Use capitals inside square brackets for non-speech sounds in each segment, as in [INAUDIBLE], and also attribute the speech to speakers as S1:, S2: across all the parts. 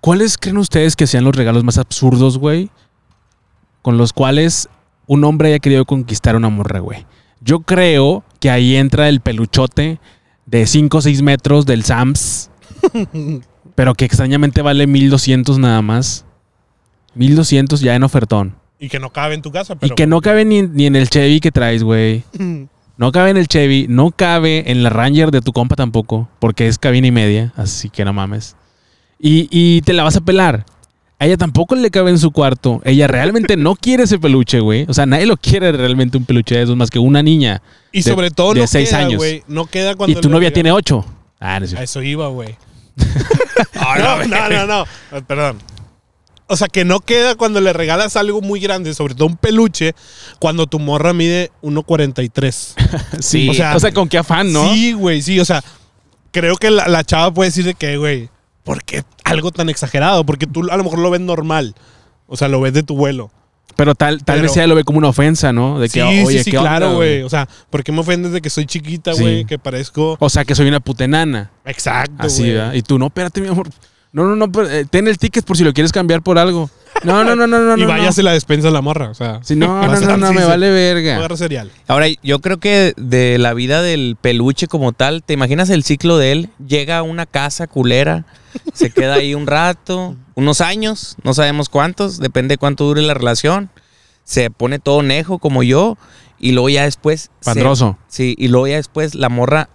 S1: ¿Cuáles creen ustedes que sean los regalos más absurdos, güey? Con los cuales un hombre haya querido conquistar una morra, güey. Yo creo que ahí entra el peluchote de 5 o 6 metros del Sams, pero que extrañamente vale 1200 nada más. 1200 ya en ofertón.
S2: Y que no cabe en tu casa, pero.
S1: y que no cabe ni, ni en el Chevy que traes, güey. No cabe en el Chevy, no cabe en la Ranger de tu compa tampoco, porque es cabina y media, así que no mames. Y, y te la vas a pelar. A ella tampoco le cabe en su cuarto. Ella realmente no quiere ese peluche, güey. O sea, nadie lo quiere realmente un peluche de esos más que una niña.
S2: [LAUGHS] Y
S1: de-
S2: sobre todo
S1: de
S2: no
S1: seis
S2: queda,
S1: años.
S2: güey. No queda cuando.
S1: Y tu
S2: le
S1: novia
S2: regalas-
S1: tiene ocho. Ah, no es
S2: A
S1: cierto.
S2: eso
S1: [LAUGHS]
S2: iba, güey. Ah, no, no, no, no. Eh, Perdón. O sea, que no queda cuando le regalas algo muy grande, sobre todo un peluche, cuando tu morra mide 1.43.
S1: Sí,
S2: o
S1: o
S2: sea-
S1: sea, con qué afán, [LAUGHS] ¿no?
S2: Sí, güey, sí. O sea, creo que la, la chava puede decir de que, güey, ¿por qué algo tan exagerado? Porque tú a lo mejor lo ves normal. O sea, lo ves de tu vuelo.
S1: Pero tal, tal
S2: Pero-
S1: vez ella lo ve como una ofensa, ¿no? De que,
S2: sí,
S1: oye,
S2: sí, sí,
S1: ¿qué onda,
S2: claro, güey. O sea, ¿por qué me ofendes de que soy chiquita,
S1: Sí.
S2: güey? Que parezco...
S1: O sea, que soy una putenana.
S2: Exacto,
S1: Así,
S2: güey.
S1: ¿verdad? Y tú, no, espérate, mi amor. No, no, no, pero, eh, ten el ticket por si lo quieres cambiar por algo. No, no, no, no, no.
S2: [LAUGHS] y
S1: no,
S2: váyase
S1: no.
S2: la despensa a la morra, o sea.
S3: [LAUGHS]
S1: Sí, no,
S2: vas
S1: no,
S2: a
S1: no, no,
S2: sí,
S1: me
S2: sí.
S1: vale
S3: eh.
S1: verga.
S2: Agarra cereal.
S3: Ahora, yo creo que de la vida del peluche como tal, ¿te imaginas el ciclo de él? Llega a una casa culera, se queda ahí un rato, unos años, no sabemos cuántos, depende cuánto dure la relación. Se pone todo nejo como yo y luego ya después... se-
S1: Pandroso.
S3: sí, y luego ya después la morra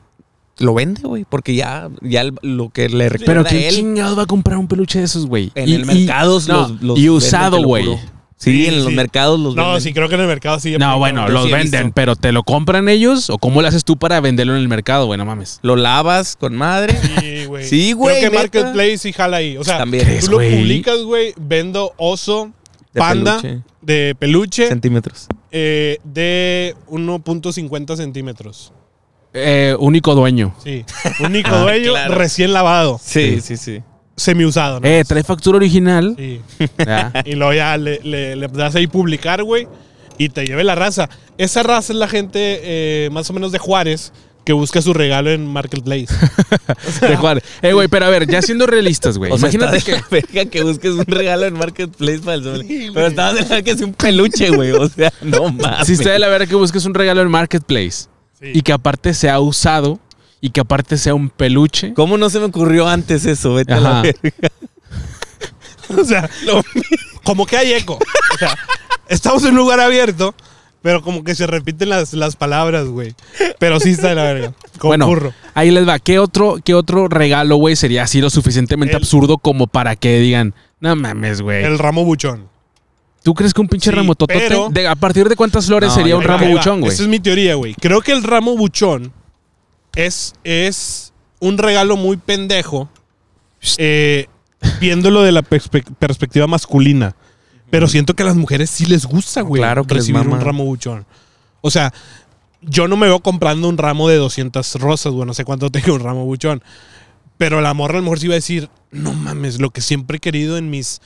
S3: lo vende, güey, porque ya, ya el- lo que le recuerda
S1: Pero
S3: a
S1: ¿quién
S3: él
S1: chingados va a comprar un peluche de esos, güey?
S3: en
S1: Y-
S3: el
S1: y-
S3: mercado
S1: no,
S3: los, los
S1: Y
S3: venden, te
S1: usado,
S3: lo
S1: güey.
S3: juro. Sí, en los
S2: sí.
S3: mercados los
S2: No,
S3: venden.
S2: sí, creo que en el mercado sí.
S1: No,
S2: aplica,
S1: bueno,
S2: güey.
S1: los
S3: sí he
S1: venden,
S3: visto.
S1: pero ¿te lo compran ellos o cómo lo haces tú para venderlo en el mercado? Bueno, mames.
S3: Lo lavas con madre.
S2: Sí, güey.
S3: Sí, güey,
S2: Creo que
S3: neta.
S2: Marketplace sí jala ahí. O sea,
S3: También.
S1: ¿crees,
S2: tú lo
S1: güey?
S2: publicas, güey, vendo oso,
S3: De
S2: panda,
S3: peluche.
S2: de peluche,
S3: centímetros.
S2: eh, de 1.50 centímetros.
S1: Eh, único dueño.
S2: Sí.
S3: [LAUGHS]
S2: Único dueño,
S3: Ah, Claro.
S2: recién lavado,
S3: Sí, sí, sí.
S2: semiusado, ¿no?
S1: Eh, trae factura original.
S2: Sí.
S1: [LAUGHS] Ah.
S3: [LAUGHS]
S2: Y luego ya le, le- le das ahí publicar, güey, y te lleve la raza. Esa raza es la gente eh, más o menos de Juárez que busca su regalo en Marketplace.
S1: De Juárez. Eh, güey, pero a ver, ya siendo realistas, güey.
S3: [LAUGHS] O sea,
S1: imagínate
S3: está de la verga que busques un regalo en Marketplace para el sol. Pero estabas de la verga que es un peluche, güey. O sea, no mames.
S1: Si está de la verdad que busques un regalo en Marketplace
S2: Sí.
S1: y que aparte sea usado y que aparte sea un peluche.
S3: ¿Cómo no se me ocurrió antes eso? Vete a la
S1: Ajá.
S3: verga.
S2: O sea, como que hay eco. O sea, estamos en un lugar abierto, pero como que se repiten las, las palabras, güey. Pero sí está de la verga. Con
S1: bueno,
S2: burro.
S1: ahí les va. ¿Qué otro, qué otro regalo, güey, sería así lo suficientemente
S2: El-
S1: absurdo como para que digan, no mames, güey?
S2: El ramo buchón.
S1: ¿Tú crees que un pinche
S2: Sí,
S1: ramo totote?
S2: pero-
S1: de- ¿A partir de cuántas flores
S3: No,
S1: sería
S3: yo
S1: un
S2: Ahí va,
S1: ramo
S2: ahí va.
S1: buchón, güey?
S2: Esa es mi teoría, güey. Creo que el ramo buchón es, es un regalo muy pendejo. eh, viéndolo de la perspe- perspectiva masculina. Pero siento que a las mujeres sí les gusta, güey.
S3: Claro que les
S2: recibir un
S3: mama.
S2: ramo buchón. O sea, yo no me veo comprando un ramo de 200 rosas, güey. No sé cuánto [LAUGHS] tengo un ramo buchón. Pero la morra a lo mejor sí iba a decir, no mames, lo que siempre he querido en mis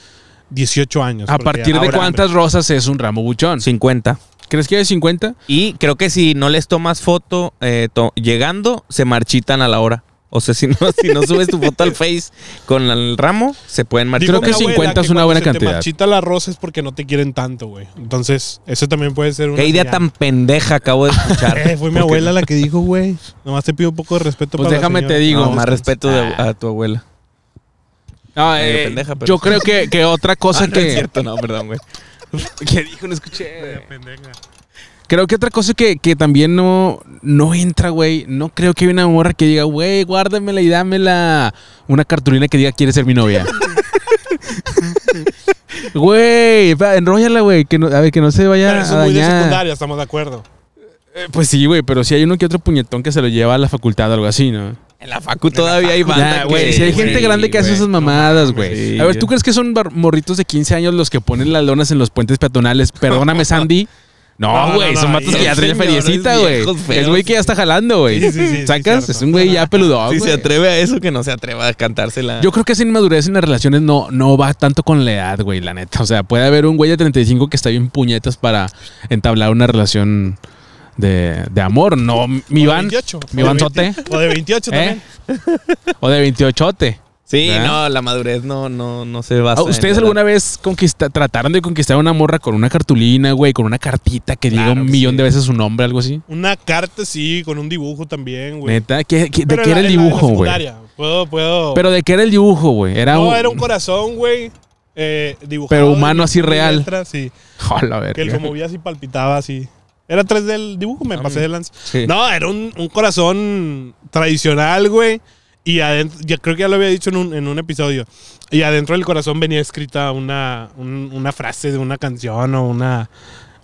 S2: 18 años.
S1: ¿A
S2: Porque
S1: partir de
S2: ahora-
S1: cuántas rosas es un ramo buchón?
S3: 50.
S1: ¿Crees que hay 50?
S3: Y creo que si no les tomas foto eh, to- llegando, se marchitan a la hora. O sea, si no, [LAUGHS] si no subes tu foto al Face con el ramo, se pueden
S1: Creo
S3: marchitar.
S1: que
S2: mi abuela
S1: 50 es una
S2: cuando
S1: buena
S2: se
S1: cantidad.
S2: Te marchita la rosa es porque no te quieren tanto, güey. Entonces, eso también puede ser una
S3: Qué idea
S2: señal.
S3: tan pendeja acabo de
S2: [LAUGHS]
S3: escuchar.
S2: Eh, fue mi
S3: Porque-
S2: abuela la que dijo, güey. Nomás te pido un poco de respeto
S1: Pues
S2: para la
S1: déjame
S2: señora.
S1: te digo.
S3: No, más respeto de-
S1: Ah.
S3: a tu abuela.
S1: No,
S3: Medio
S1: eh,
S3: pendeja, pero-
S1: yo creo que, que otra cosa
S3: [LAUGHS] Ah, no es
S1: que... [LAUGHS]
S3: cierto, no, perdón, güey.
S1: ¿Qué dijo? No escuché.
S2: Pendeja.
S1: Creo que otra cosa que, que también no, no entra, güey. No creo que haya una morra que diga, güey, guárdamela y dámela. Una cartulina que diga, ¿quieres ser mi novia? Güey, va, enróllala, güey. Que no, a ver, que no se vaya
S2: Pero eso
S1: a
S2: es muy de
S1: dañar.
S2: secundaria, estamos de acuerdo.
S1: Eh, pues sí, güey, pero si hay uno que otro puñetón que se lo lleva a la facultad o algo así, ¿no?
S3: En la facu todavía hay banda,
S1: Ya, güey.
S3: que-
S1: Si hay gente
S3: Sí,
S1: grande que hace
S3: güey.
S1: esas mamadas, güey.
S3: sí,
S1: a ver,
S3: yo-
S1: ¿tú crees que son bar- morritos de 15 años los que ponen las lonas en los puentes
S2: [LAUGHS]
S1: peatonales? Perdóname, Sandy.
S2: No,
S1: No,
S2: no,
S1: güey,
S2: no,
S1: son matos
S2: ahí
S1: que ya
S3: son
S1: traen
S3: señores
S1: feriecita, güey.
S3: viejos
S1: Es
S3: feos.
S1: güey que ya está jalando, güey.
S2: Sí, sí, sí, sí,
S1: ¿Sacas?
S2: cierto.
S1: es un güey ya peludón,
S3: Si se
S1: güey.
S3: atreve a eso, que no se atreva a cantársela.
S1: Yo creo que esa inmadurez en las relaciones no, no va tanto con la edad, güey, la neta. O sea, puede haber un güey de 35 que está bien puñetas para entablar una relación de, de amor. No, mi
S2: O de
S1: van.
S2: 28,
S1: Mi
S2: o
S1: [LAUGHS]
S2: de
S1: van sote.
S2: 20, O de 28
S1: ¿eh?
S2: también.
S1: O de 28.
S3: Sí,
S1: ¿Verdad?
S3: no, la madurez no, no, no se basa.
S1: ¿A
S3: en
S1: Ah, ¿Ustedes
S3: la
S1: alguna
S3: edad.
S1: vez conquista- trataron de conquistar una morra con una cartulina, güey? Con una cartita que diga
S3: Claro
S1: un
S3: que
S1: millón
S3: sí.
S1: de veces su nombre, algo así.
S2: Una carta, sí, con un dibujo también, güey.
S1: Neta, ¿qué- qué- ¿de
S2: Pero
S1: qué
S2: en
S1: era
S2: la-
S1: el
S2: en la- en la
S1: dibujo, güey?
S2: secundaria. Puedo, puedo.
S1: Pero ¿de qué era el dibujo, güey? Era
S2: no,
S1: un... [LAUGHS]
S2: era un corazón, güey. Eh, dibujado.
S1: Pero humano
S2: de-
S1: así
S2: de
S1: real.
S2: letra, sí.
S1: Jola, Oh, verga.
S2: Que él se movía así, palpitaba así. Era 3 del dibujo, me
S3: Ah,
S2: pasé de lanza.
S3: Sí.
S2: No, era un, un corazón tradicional, güey. Y adentro, yo creo que ya lo había dicho en un, en un episodio. Y adentro del corazón venía escrita una, un- una frase de una canción o una,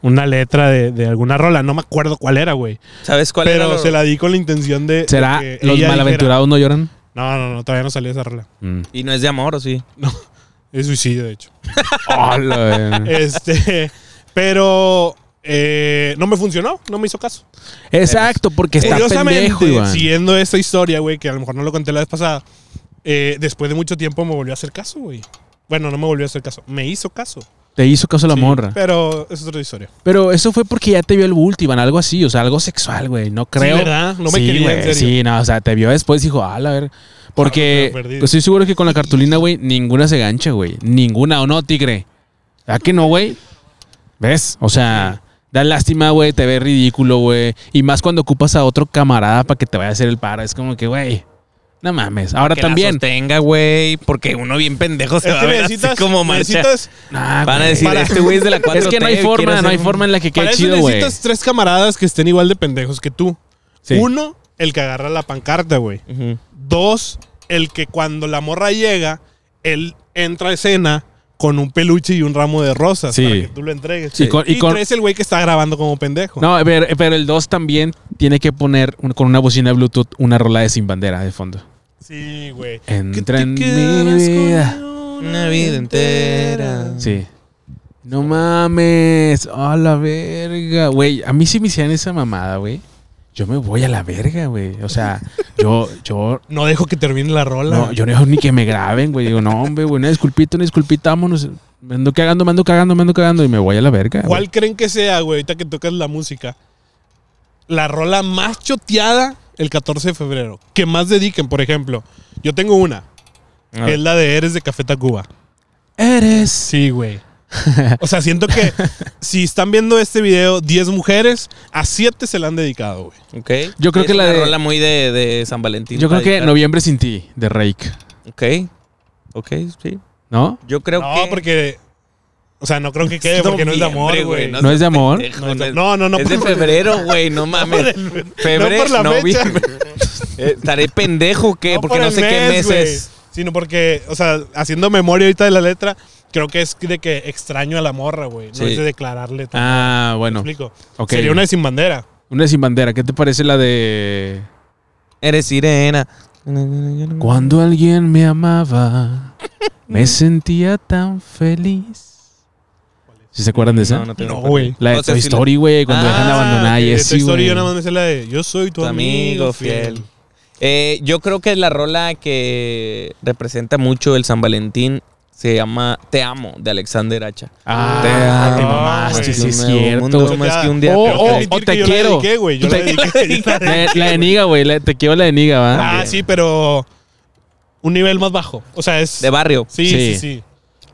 S2: una letra de, de alguna rola. No me acuerdo cuál era, güey.
S3: ¿Sabes cuál
S2: Pero
S3: era? lo-
S2: se la di con la intención de. de
S1: ¿Será
S2: que
S1: los
S2: ella
S1: malaventurados no lloran?
S2: dijera- No, no, no, todavía no salió esa rola. [LAUGHS]
S1: Mm.
S3: Y no es de amor, ¿o sí?
S2: Es suicidio, de hecho.
S1: Hola, Oh, verga.
S2: este. Pero. eh, no me funcionó, no me hizo caso.
S1: Exacto, porque está pendejo, Iván.
S2: siguiendo esta historia, güey, que a lo mejor no lo conté la vez pasada, eh, después de mucho tiempo me volvió a hacer caso, güey. Bueno, no me volvió a hacer caso, me hizo caso.
S1: Te hizo caso la
S2: Sí,
S1: morra.
S2: Pero es otra
S1: [LAUGHS]
S2: historia.
S1: Pero eso fue porque ya te vio el bulto, Iván, algo así, o sea, algo sexual, güey. No creo.
S2: Sí, ¿verdad? No me
S1: sí,
S2: quería, en
S1: güey,
S2: serio.
S1: Sí, no, o sea, te vio después y dijo, ala, a ver. Porque
S2: Ah, me perdí.
S1: pues, estoy seguro que con la cartulina, güey, ninguna se gancha, güey. Ninguna, ¿o no, tigre? ¿A qué no, güey? ¿Ves? O sea, da lástima, güey, te ve ridículo, güey. Y más cuando ocupas a otro camarada para que te vaya a hacer el paro. Es como que, güey, no mames. Ahora
S3: que
S1: también.
S3: la sostenga, güey, porque uno bien pendejo se
S2: Es
S3: va a
S2: que
S3: ver
S2: necesitas,
S3: así como marcha.
S2: necesitas,
S1: Ah,
S3: Van a
S1: güey.
S3: decir,
S2: Para-
S3: este güey es de la
S1: [LAUGHS]
S3: 4T.
S1: es que no hay
S3: quiere
S1: forma,
S3: hacer
S1: no hay
S3: un-
S1: forma en la que quede
S2: para eso
S1: chido, güey.
S2: necesitas tres camaradas que estén igual de pendejos que tú.
S1: Sí.
S2: Uno, el que agarra la pancarta, güey.
S3: Ujú.
S2: Dos, el que cuando la morra llega, él entra a escena con un peluche y un ramo de rosas
S1: Sí.
S2: para que tú lo entregues.
S1: Y con- y
S2: y
S1: con-
S2: tres, el güey que está grabando como pendejo.
S1: No, pero, pero el 2 también tiene que poner un- con una bocina Bluetooth una rola de sin bandera de fondo.
S2: Sí, güey.
S1: Entra en mi vida.
S3: Una vida
S2: Mm.
S3: entera.
S1: Sí. No mames. A la verga, güey. A mí si me hicieran esa mamada, güey. Yo me voy a la verga, güey. O sea, yo, yo,
S2: No dejo que termine la rola.
S1: no, yo no dejo ni que me graben, güey. Digo, no, hombre, güey, una disculpita, una disculpita, vámonos. Me ando cagando, me ando cagando, me ando cagando y me voy a la verga. güey.
S2: ¿Cuál creen que sea, güey, ahorita que tocas la música? La rola más choteada el 14 de febrero. Que más dediquen, por ejemplo. Yo tengo una,
S3: A
S2: que es
S3: ver.
S2: la de Eres de Café Tacuba.
S1: Eres.
S2: Sí, güey. O sea,
S1: [LAUGHS]
S2: siento que si están viendo este video, 10 mujeres, a 7 se la han dedicado, güey.
S3: Ok.
S1: Yo creo
S3: Es
S1: que la
S3: una
S1: de-
S3: rola muy de, de San Valentín.
S1: Yo creo
S3: para
S1: que
S3: dedicar.
S1: Noviembre sin ti, de Rake,
S3: Ok. Ok, sí.
S1: ¿no?
S3: Yo creo
S2: no,
S3: que...
S2: porque. O sea, no creo que quede porque no es de amor,
S3: Noviembre,
S2: güey. No,
S1: ¿No es de amor?
S3: pendejo,
S2: es de-
S3: es-
S2: no, no, no.
S3: es de
S2: por- [LAUGHS]
S3: febrero, güey, no mames. Febrero,
S2: no por la fecha. [LAUGHS]
S3: noviembre. Eh, Estaré pendejo, o ¿qué?
S2: No
S3: Porque
S2: por
S3: no
S2: el
S3: sé qué
S2: mes,
S3: mes
S2: güey,
S3: es.
S2: Sino porque, o sea, haciendo memoria ahorita de la letra, creo que es de que extraño a la morra, güey. No
S3: Sí.
S2: es de declararle tanto.
S1: Ah,
S2: ¿Me
S1: bueno.
S2: explico?
S1: Ok.
S2: Sería una de sin bandera.
S1: Una sin bandera. ¿Qué te parece la de.
S3: Eres sirena.
S1: Cuando alguien me amaba, me sentía tan feliz. ¿Sí se acuerdan de esa?
S3: Mm, No, no tengo
S2: No,
S3: idea.
S2: güey.
S1: eh? La de
S3: No sé
S1: Toy
S3: si la-
S1: Story, güey, cuando
S3: Ah,
S1: dejan abandonada
S2: que
S1: y
S2: de
S1: así,
S2: Toy Story
S1: güey.
S2: yo nada más me sé la de Yo soy tu,
S3: Tu
S2: amigo, fiel.
S3: Eh, yo creo que la rola que representa mucho el San Valentín se llama Te amo, de Alexander Hacha.
S1: Ah,
S3: te amo.
S1: te mamaste,
S2: güey.
S1: sí es
S3: Un nuevo
S1: cierto.
S3: mundo más que un día.
S1: Oh,
S2: Tengo que
S1: oh,
S2: admitir
S1: o
S2: que
S1: te
S2: yo
S1: quiero.
S2: La dediqué, güey. Yo la
S1: Te-
S2: dediqué.
S1: La, la de Niga, güey. la- Te quiero la de Niga, ¿va?
S2: ah, sí, pero un nivel más bajo. O sea, es.
S3: De barrio.
S2: Sí,
S1: Sí.
S2: sí, sí.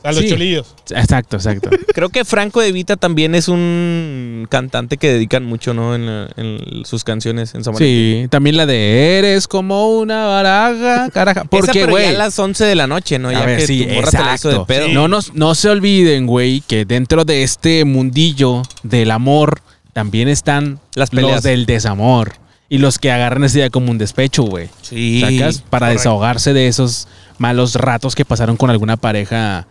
S2: A los
S1: Sí.
S2: cholillos.
S1: Exacto, exacto.
S3: Creo que Franco De Vita también es un cantante que dedican mucho, ¿no? En, la- en sus canciones en San Valentín.
S1: Sí, también la de Eres como una baraja, caraja.
S3: Esa,
S1: Porque,
S3: pero ya
S1: güey.
S3: a las 11 de la noche, ¿no? Ya
S1: a ver,
S3: que
S1: sí,
S3: tu morra te la hizo
S1: exacto.
S3: de pedo.
S2: Sí.
S1: No, nos, no se olviden, güey, que dentro de este mundillo del amor también están
S3: Las peleas.
S1: los del desamor. Y los que agarran ese día como un despecho, güey.
S3: Sí.
S1: Sacas para
S2: correcto.
S1: desahogarse de esos malos ratos que pasaron con alguna pareja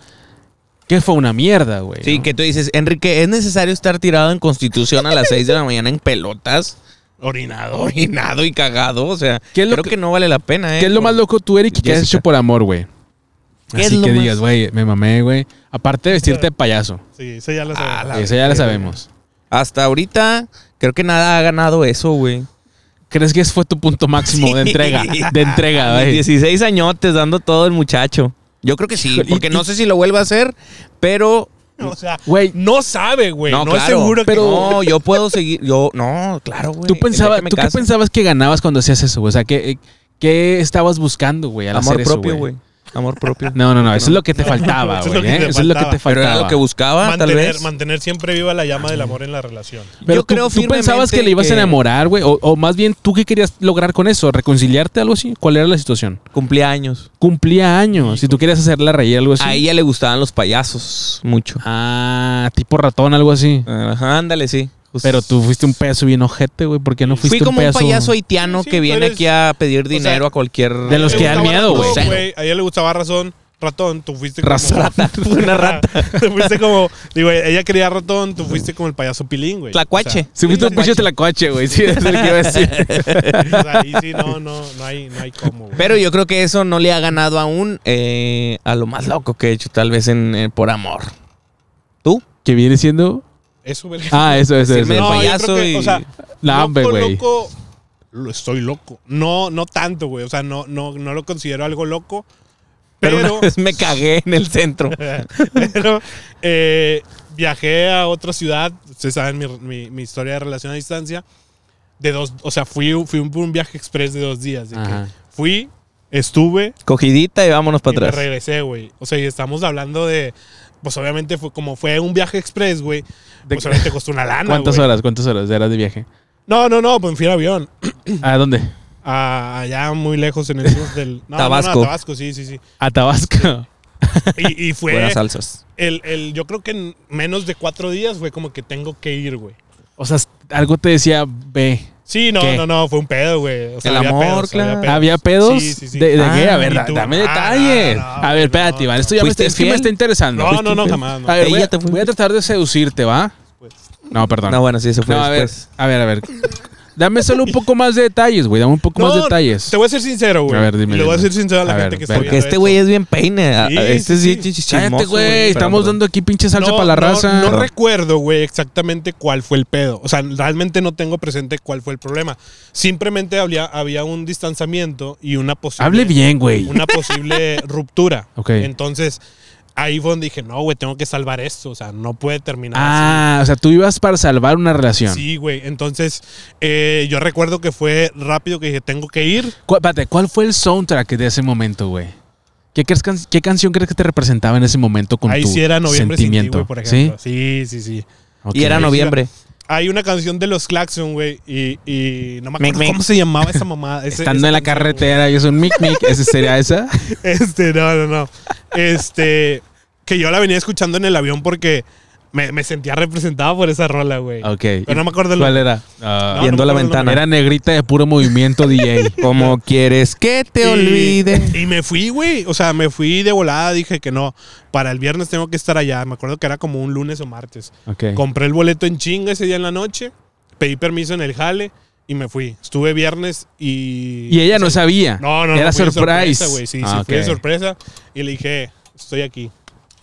S1: que fue una mierda, güey.
S3: Sí,
S1: ¿no?
S3: que tú dices, Enrique, ¿es necesario estar tirado en Constitución a las 6 de la mañana en pelotas?
S2: Orinado.
S3: Orinado y cagado, o sea,
S1: ¿Qué es lo
S3: creo
S1: que-
S3: que, no vale la pena, ¿eh?
S1: ¿Qué es lo
S3: Por-
S1: más loco tú, Eric, que has
S3: Jessica.
S1: hecho por amor, güey?
S3: ¿Qué es
S1: Así
S3: lo
S1: que
S3: más-
S1: digas, güey, me mamé, güey. Aparte de vestirte de payaso.
S2: Sí, eso ya lo
S3: Ah,
S2: sabemos.
S3: la-
S1: Eso ya lo sabemos.
S3: Hasta ahorita, creo que nada ha ganado eso, güey.
S1: ¿Crees que ese fue tu punto máximo de
S3: Sí.
S1: entrega? De entrega,
S3: [LAUGHS] Mis
S1: güey.
S3: 16 añotes dando todo el muchacho. Yo creo que sí,
S1: Híjole,
S3: porque
S1: y-
S3: no sé si lo vuelva a hacer, pero...
S2: [LAUGHS] O sea,
S1: Güey,
S2: no sabe, güey. No, es
S3: claro,
S2: seguro
S3: pero
S2: que.
S3: No, yo puedo seguir, yo... No, claro, güey.
S1: ¿Tú,
S3: el día
S1: pensaba,
S3: que me
S1: ¿tú qué
S3: case.
S1: pensabas que ganabas cuando hacías eso? güey? O sea, ¿qué, eh, qué estabas buscando, güey, al
S3: Amor
S1: hacer eso,
S3: propio, güey. Amor propio.
S1: No, no, no. Eso es lo que
S3: [LAUGHS]
S1: te faltaba,
S2: Eso es
S1: güey.
S2: lo que
S1: ¿eh?
S2: te
S1: Eso es lo que te
S2: faltaba.
S3: Pero era
S1: faltaba.
S3: lo que buscaba, Ah, tal
S2: Mantener,
S3: vez.
S2: mantener siempre viva la llama del amor en la relación.
S1: Pero
S3: Yo
S1: tú,
S3: creo
S1: tú pensabas
S3: firmemente
S1: que le ibas a
S3: que-
S1: enamorar, güey. O, o más bien, ¿tú qué querías lograr con eso? ¿Reconciliarte algo así? ¿Cuál era la situación?
S3: Cumpleaños.
S1: Cumplía años. Si tú querías hacerla reír, algo así.
S3: A ella le gustaban los payasos mucho.
S1: Ah, tipo ratón, algo así.
S3: Ah, Ajá, ándale, sí. Justo.
S1: Pero tú fuiste un pedazo bien ojete, güey. ¿Por qué no fuiste
S3: pues Fui como un
S1: pedazo?
S3: payaso haitiano
S2: Sí, sí,
S3: que
S2: tú
S3: viene
S2: eres-
S3: aquí a pedir
S2: sea,
S3: dinero a cualquier.
S1: de los
S2: Le
S1: que dan
S2: gustaba
S1: miedo,
S2: ratón,
S1: güey.
S2: A ella le gustaba razón, ratón, tú fuiste como...
S1: Raz-
S2: [LAUGHS]
S1: rata.
S3: Una rata.
S2: tú fuiste como... Digo, ella quería ratón, tú fuiste como el payaso pilín, güey.
S3: Tlacuache.
S1: Si fuiste un pinche tlacuache, güey. Sí, [LAUGHS] es el que iba a decir.
S3: [LAUGHS]
S2: O sea, o sea, ahí sí, no, no, no hay, no hay cómo, güey.
S3: Pero yo creo que eso no le ha ganado aún eh, a lo más loco que he hecho, tal vez en eh, por amor. ¿Tú? [LAUGHS]
S1: Que viene siendo.
S2: Eso, güey.
S1: Ah, eso, eso,
S3: Decirme
S1: eso.
S3: el
S2: No, yo
S3: payaso
S2: creo que,
S3: y-
S2: o sea,
S1: La
S2: loco,
S1: hambre, güey.
S2: loco, lo estoy loco. No, no tanto, güey. O sea, no, no, no lo considero algo loco.
S3: Pero,
S2: Pero,
S3: una vez me cagué en el centro.
S2: [LAUGHS] pero, eh, viajé a otra ciudad. Ustedes saben mi, mi- mi historia de relación a distancia. De dos, o sea, fui, fui un, un viaje express de dos días. de que
S1: Ajá.
S2: fui, estuve,
S3: Cogidita y vámonos
S2: y me
S3: para atrás.
S2: regresé, güey. O sea, y estamos hablando de. Pues obviamente fue como fue un viaje express, güey. Pues obviamente costó una lana.
S1: ¿Cuántas
S2: güey.
S1: horas? ¿Cuántas horas eras de viaje?
S2: No, no, no, pues fui en avión.
S1: ¿A dónde?
S2: a- allá muy lejos en el
S1: [LAUGHS]
S2: sur del no, no, no,
S3: Tabasco.
S2: Tabasco, sí, sí, sí.
S1: A Tabasco. [LAUGHS]
S2: Y, y fue
S3: Buenas salsas.
S2: el, el, yo creo que en menos de cuatro días fue como que tengo que ir, güey.
S1: O sea, algo te decía, ve.
S2: Sí, no,
S1: ¿Qué?
S2: no, no, fue un pedo, güey. O sea,
S3: El
S2: había
S3: amor,
S2: pedos,
S3: claro.
S2: pedos.
S1: ¿Había pedos?
S2: Sí, sí, sí.
S1: ¿De, de
S3: Ah,
S1: qué? A ver,
S2: y
S1: da-
S2: tú,
S1: dame
S2: ah,
S1: detalles.
S2: no, no,
S1: a ver,
S2: no,
S1: espérate,
S2: Ah, no,
S1: Iván.
S2: no.
S1: Esto ya me,
S3: ¿Fuiste
S1: es que me
S3: fiel?
S1: está interesando.
S2: No,
S1: Fuiste
S2: no, no,
S1: fiel.
S2: jamás, no.
S1: A ver, voy
S3: Ella
S1: a,
S3: te fue
S1: voy a tratar de seducirte, ¿va? No, perdón.
S3: No, bueno, sí, se fue
S1: No, a ver,
S3: después.
S1: a ver, a ver. Dame solo un poco más de detalles, güey. Dame un poco más de
S2: No,
S1: detalles.
S2: Te voy a ser sincero, güey.
S1: A ver, dime,
S2: Y le voy a
S1: dime.
S2: ser sincero a la
S1: A ver,
S2: gente que
S1: ve,
S2: está
S1: porque
S3: Porque
S2: viendo
S3: este
S2: esto.
S3: güey es bien peine. a-
S2: Sí,
S3: a- este
S2: sí,
S3: sí,
S2: sí.
S3: es chismoso,
S1: Cállate, güey.
S3: Perdón,
S1: Estamos
S3: perdón.
S1: dando aquí pinche salsa para la raza.
S2: No,
S1: No,
S2: recuerdo, güey, exactamente cuál fue el pedo. O sea, realmente no tengo presente cuál fue el problema. Simplemente había, había un distanciamiento y una posible.
S1: Hable bien, güey.
S2: Una
S1: [LAUGHS]
S2: posible ruptura.
S1: Ok.
S2: Entonces, ahí fue donde dije, no, güey, tengo que salvar esto. O sea, no puede terminar así.
S1: Ah, o sea, tú ibas para salvar una relación.
S2: Sí, güey. Entonces, eh, yo recuerdo que fue rápido que dije, tengo que ir.
S1: ¿Cuál, espérate, ¿cuál fue el soundtrack de ese momento, güey? ¿Qué, crees can- qué canción crees que te representaba en ese momento con
S2: ahí
S1: tu
S2: sí era noviembre sin ti,
S1: sentimiento?
S2: güey, por ejemplo. Sí, sí, sí.
S1: Ok.
S3: Y era noviembre.
S2: Hay una canción de los Claxon, güey, y, y no me
S3: Mic,
S2: acuerdo
S3: mic.
S2: cómo se llamaba
S1: [LAUGHS]
S2: esa mamada. ese-
S1: Estando
S2: esa
S1: en la
S2: canción,
S1: carretera y es un mic mic, ¿esa sería
S2: [LAUGHS]
S1: esa?
S2: güey. [LAUGHS] Este, no, no, no. Este, que yo la venía escuchando en el avión porque me, me sentía representado por esa rola, güey.
S1: Ok.
S2: Pero no me acuerdo el
S1: ¿Cuál era? Ah,
S2: No,
S3: viendo
S2: me acuerdo
S3: la
S2: el
S3: ventana.
S2: nombre.
S1: Era negrita de puro movimiento [LAUGHS] DJ.
S3: Como quieres que te
S2: Y-
S3: olvide.
S2: [LAUGHS] Y me fui, güey. O sea, me fui de volada. Dije que no, para el viernes tengo que estar allá. Me acuerdo que era como un lunes o martes.
S1: Ok.
S2: Compré el boleto en chinga ese día en la noche. Pedí permiso en el jale y me fui. Estuve viernes y.
S1: Y ella no sabía.
S2: No, no, no.
S1: Era
S2: fui de
S1: surprise.
S2: sorpresa, güey. Sí,
S1: Ah,
S2: sí, fui de
S1: ok.
S2: sorpresa. Y le dije, estoy aquí.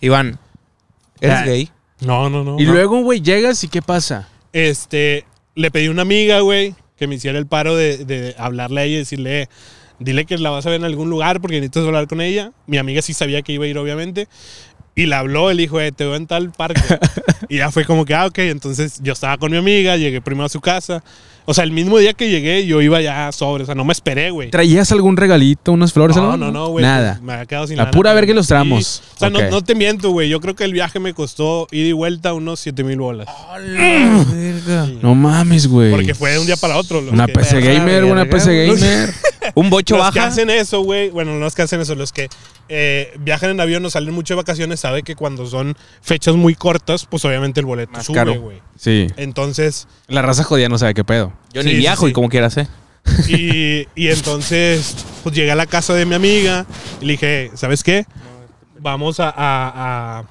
S3: Iván, ¿eres
S1: Ya.
S2: [CLEARS THROAT]
S3: gay?
S2: No, no, no.
S1: Y
S2: no.
S1: luego, güey, llegas y ¿qué pasa?
S2: Este, le pedí a una amiga, güey, que me hiciera el paro de, de hablarle a ella y decirle, "Eh, dile que la vas a ver en algún lugar porque necesitas hablar con ella. Mi amiga sí sabía que iba a ir, obviamente. Y la habló, él dijo, "Eh, te veo en tal
S1: [LAUGHS]
S2: parque. y ya fue como que, ah, ok. Entonces yo estaba con mi amiga, llegué primero a su casa. O sea, el mismo día que llegué, yo iba ya sobre. O sea, no me esperé, güey.
S1: ¿Traías algún regalito, unas flores?
S2: No,
S1: algo?
S2: no, no, güey.
S1: Nada.
S2: pues, Me había quedado sin
S1: La
S2: lana,
S1: pura
S2: pero-
S1: verga y los tramos.
S2: Sí. O sea, no-
S1: Ok.
S2: no, te miento, güey. Yo creo que el viaje me costó ida y vuelta unos 7 mil bolas. Sí.
S1: No mames, güey.
S2: Porque fue de un día para otro. los
S1: Una
S2: que-
S1: PC
S3: perra
S1: gamer, una
S2: [LAUGHS]
S3: verga,
S1: PC
S3: güey.
S1: gamer.
S3: Un bocho
S2: Los que
S3: baja.
S2: hacen eso, güey. Bueno, no los que hacen eso, los que eh, viajan en avión o salen mucho de vacaciones, sabe que cuando son fechas muy cortas, pues obviamente el boleto
S3: Más
S2: sube,
S3: caro.
S2: güey.
S1: Sí.
S2: Entonces,
S1: La raza jodida no sabe qué pedo.
S3: Yo
S2: Sí,
S3: ni
S2: sí,
S3: viajo
S2: sí.
S3: y como quieras, ¿eh?
S2: [LAUGHS] y, y entonces, pues llegué a la casa de mi amiga y le dije, ¿sabes qué? Vamos a, a- a-